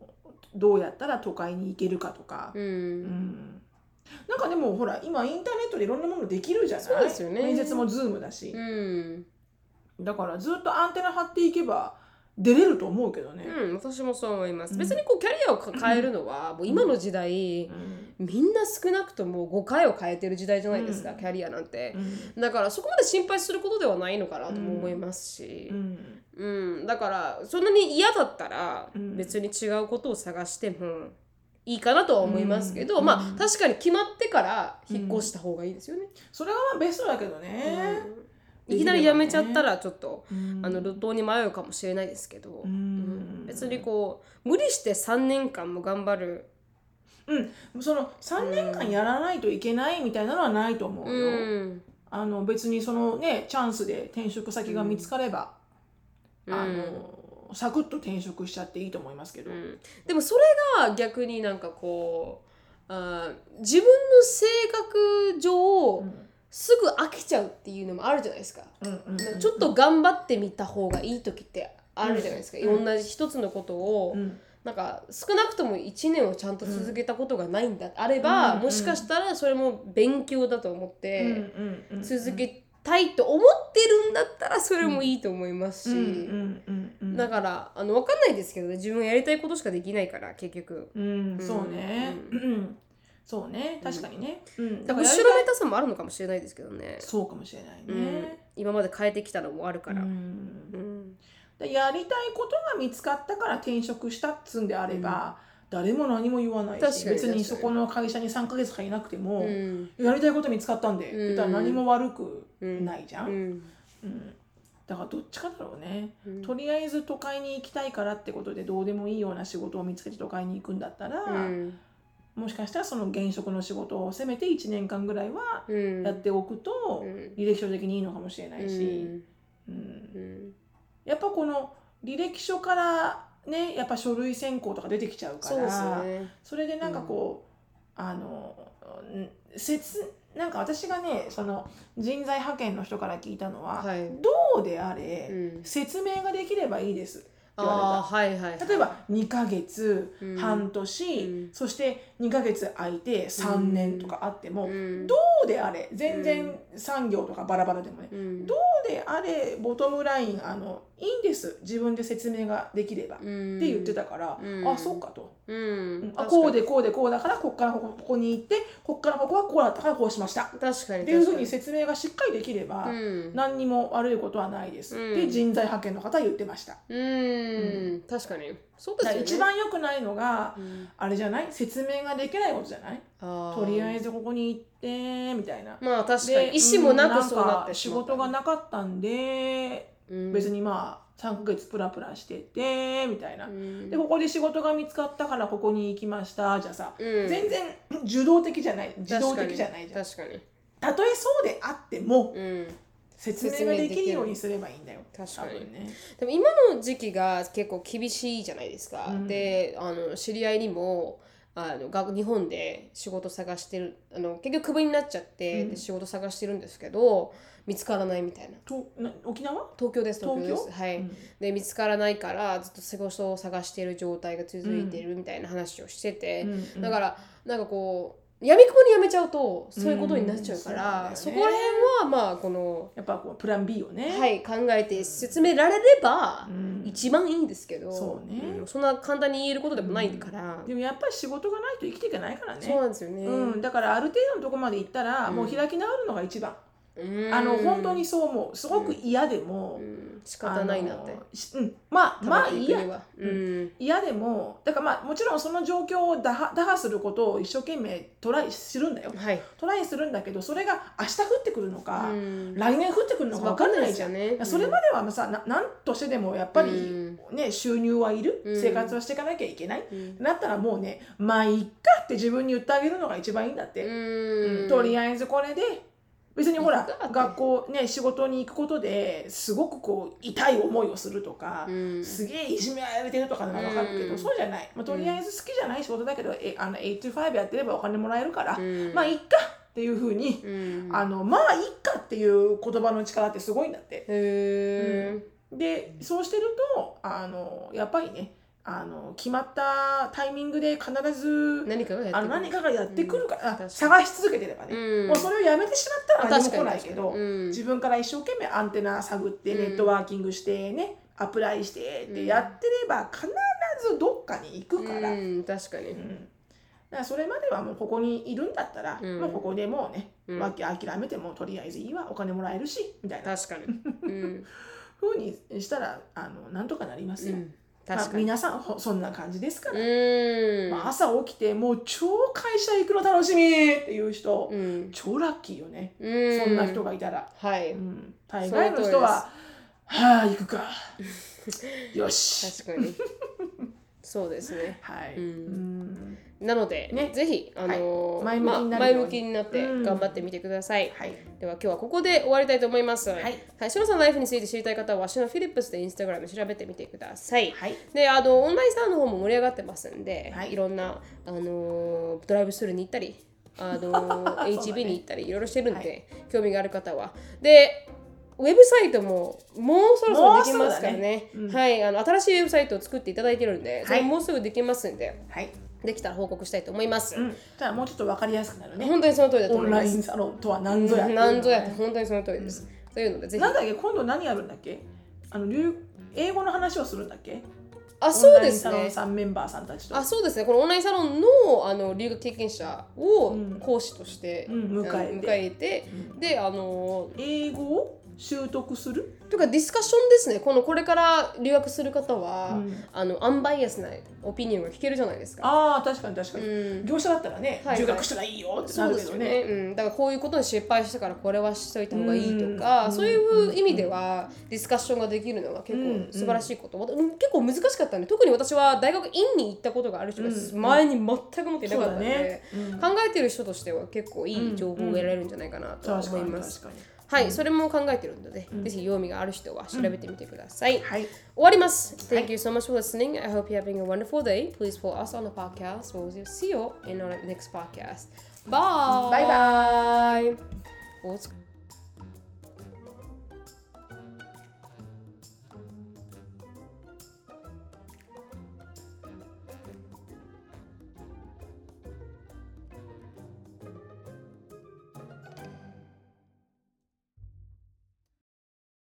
どうやったら都会に行けるかとか、
う
うんんなんかでもほら今インターネットでいろんなものできるじゃない
そうですよね
面接もズームだし
う、ん
だからずっとアンテナ張っていけば出れると思うけどね、
うん、私もそう思います、
うん
別にこうキャリアをか変えるのは、もう今の時代、
うん
みんな少なくとも5回を変えてる時代じゃないですか、
うん
キャリアなんて
う、ん
だからそこまで心配することではないのかなとも思いますし、
うん
うん、だからそんなに嫌だったら
うん
別に違うことを探してもいいかなとは思いますけど、
うん
ま
う
あ
ん
確かに決まってから引っ越した方がいいですよね。
それがまあベストだけどね、
うんいきなり辞めちゃったらちょっと、
うん
あの路頭に迷うかもしれないですけど、
う
う
ん
ん別にこう無理して3年間も頑張る、
その3年間やらないといけないみたいなのはないと思うよ、
うん
あの別にそのねチャンスで転職先が見つかれば、
うん
あのサクッと転職しちゃっていいと思いますけど、
うんでもそれが逆になんかこうあー自分の性格上、
うん
すぐ飽きちゃうっていうのもあるじゃないですか。
うんうん
ちょっと頑張ってみた方がいい時ってあるじゃないですか、
うん
同じ一つのことを、
うん
なんか少なくとも1年をちゃんと続けたことがないんだ、あれば、
うん
もしかしたらそれも勉強だと思って
うんうんうん
続けたいと思ってるんだったらそれもいいと思います
うん
し、
うんうんうん
だからあの分かんないですけどね自分がやりたいことしかできないから結局
うん、そうね、
う
うん、そうね、確かにね、うん、
だから
やり
後
たい
ろめたさもあるのかもしれないですけどね、
そうかもしれない
うん
ね、、
今まで変えてきたのもある
う
から。
ん
うん
でやりたいことが見つかったから転職したっつうんであれば、誰も何も言わない
確
し
かに
別に
確か
そ
に
この会社に3ヶ月かいなくても、
うん
やりたいこと見つかったんで、って言ったら何も悪くないじゃん、
うん
うんだからどっちかだろうね、
うん
とりあえず都会に行きたいからってことでどうでもいいような仕事を見つけて都会に行くんだったら、
うん
もしかしたらその現職の仕事をせめて1年間ぐらいは
うん
やっておくと
うん
履歴書的にいいのかもしれないし、
う
うん
ん
やっぱこの履歴書からねやっぱ書類選考とか出てきちゃうか
そうです
ら
よね
それでなんかこう、あのうん説なんか私がねその人材派遣の人から聞いたのは、
はい
どうであれ、
うん
説明ができればいいですって言
あ
わ
ーはいはい
れた例えば2ヶ月、
うん
半年、
うん
そして2ヶ月空いて3年とかあっても、ど
うん
うであれ全然産業とかバラバラでもね、
うん
どうであれボトムラインあのいいんです自分で説明ができれば、って
うん
言ってたから、
うん
あそうかと、
うん
あこうでこうでこうだからこっからここここに行ってこっからここはこうだったからこうしましたっ
確かに
ていうふうに説明がしっかりできれば、
うん
何にも悪いことはないです、
うん
で人材派遣の方は言ってました、
うん確かにそうで
だ
すよ
から
ね
一番良くないのが、
うん
あれじゃない説明ができないことじゃないと
と
りあえ
ず
ずここに行ってみたいな
まあ確か
で
に意思もな
う
く
ん
そうなっ
んか
て
仕
しまった
事がなかったんで、
うん
別にまあ3ヶ月プラプラしててみたいな、
うん
でここで仕事が見つかったからここに行きましたじゃあさ、
うん
全然 (coughs) 受動的じゃない自動的じゃないじゃん
確かに確
たとえそうであっても
かにうん
説明ができるようにすればいいんだよ
確かに
多分ね
でも今の時期が結構厳しいじゃないですか、
うん
であの知り合いにもあのが日本で仕事探してるあの結局クビになっちゃって、
うん
で仕事探してるんですけど見つからないみたいな
とな沖縄、
東京です東京です
東
はい、で見つからないからずっと仕事を探してる状態が続いてるみたいな話をしてて、
うん
だからなんかこうやみくもにやめちゃうとそういうことになっちゃうから、
うん
そ
そう
こ
だ
ら
よね
辺はまあこの、
やっぱこうプラン B をね、
はい、考えて説明られれば、
うん
一番いいんですけど
そうね
んそんな簡単に言えることでもないから、
でもやっぱり仕事がないと生きていけないからね
そうなんですよね、
うん、だからある程度のとこまで行ったら、
うん
もう開き直るのが一番、
うん
あの本当に、そう思うすごく嫌でも、
うん、仕
あの
方ないなって
しうん、まあまあ
食べていくに
嫌
はうん
嫌でもだからまあもちろんその状況を打破打破することを一生懸命トライするんだよ
はい、
トライするんだけどそれが明日降ってくるのか、
うん
来年降ってくるのか分かんないじゃん、
わかんないですよねうん
それまではさななんとしてでもやっぱり、ね、収入はいる、
うん
生活はしていかなきゃいけない、
うん
なったらもうねまあいっかって自分に言ってあげるのが一番いいんだって、
うん
とりあえずこれで別に
い
ほ
い
ら
かって
学校ね仕事に行くことですごくこう痛い思いをするとか、
うん
すげえいじめられてるとかなら分かるけど、
うん
そうじゃない、まあ、とりあえず好きじゃない仕事だけど、えあの8 to 5やってればお金もらえるから、
うん
まあいっかっていうふうに、
うん
あのまあいっかっていう言葉の力ってすごいんだって。
へー
でそうしてるとあのやっぱりねあの決まったタイミングで必ず
何かがやって
あの何かがやってくるから、
かに
探し続けてればね、
うん
もうそれをやめてしまったら何も来ないけど、
確かに確かにうん
自分から一生懸命アンテナ探っ
う
て
ん
ネットワーキングしてね、アプライしてってやってれば必ずどっかに行くから,、うん
うん、確かに、
だからそれまではもうここにいるんだったら、
うん
もうここでもうね、
うん
わけ諦めてもとりあえずいいわお金もらえるしみたいな
確かに、うん
ふうにしたらあのなんとかなります
う
よ。
ん、
(laughs) まあ
確、かに、
皆さんほそんな感じですか
う
ら、
ん、
まあ、朝起きてもう超会社行くの楽しみっていう人、
うん、
超ラッキーよね、
うん
そんな人がいたら、
はい、
うん、大概の人ははあ行く
(laughs)
かよし
確か
(laughs)
にそうですね
はい、
うん
うん
なので、
ね
ぜひ、あのー
はい前向きになるように
まあ前向きになって
うん
頑張ってみてください、
はい
では今日はここで終わりたいと思います。はいはい、シロさんのライフについて知りたい方は、シロフィリップスでインスタグラム調べてみてください。
はい
で、あの、オンラインサロンの方も盛り上がってますんで、
はい
い、ろんな、あのードライブスルーに行ったり、あのー
(laughs) そうだ
HB
ね
に行ったり、いろいろしてるんで、
は
興味がある方は。で、ウェブサイトももうそろそろできますからね。
もうそうだねうん
はい、あの新しいウェブサイトを作っていただいてるんで、それも
はいう
すぐできますんで、
はい、
できたら報告したいと思います。
うん、じゃあもうちょっと分かりやすくなるね
本当にその通りだと
オ
思い
ン
ま
ラ
す。
インサロンとは何ぞやっていうの
なんぞやって本当にその通りです。というのでぜひ
なんだっけ今度何やるんだっけあの留英語の話をするんだっけ
あそうです
オンライン
ね
サロンさんメンバーさんたちと
あそうですねこのオンラインサロンのあの留学経験者を
うん
講師として、
うん迎えて
あの迎えて
うん
であの
英語を習得する、
というかディスカッションですねこのこれから留学する方は、
うん
あのアンバイアスなオピニオンが聞けるじゃないですか。
ああ確かに確か
う
に、
ん
業者だったらね、
はいはい
留学したらいいよって
そう
なる
です
けど
よ
ね
ね、うん、だからこういうことに失敗したからこれはしといた方がいいとか、
うん
そういう意味ではディスカッションができるのは結
うん
構素晴らしいこと、うん結構難しかったんで特に私は大学院に行ったことがある人が前に全く持っていな
そう
かった
だ
ので、
ね、うん
考えてる人としては結構いい情報を得られるんじゃないかなとは
確
思
か
い
に
ます。
確かに
はい、それも考えてるので、
ん
ぜひ興味がある人は調べてみてください。
はい
終わります。Thank you so much for listening. I hope you're having a wonderful day. Please follow us on the podcast. We'll see you in our next podcast. Bye.
Bye
bye. お疲れ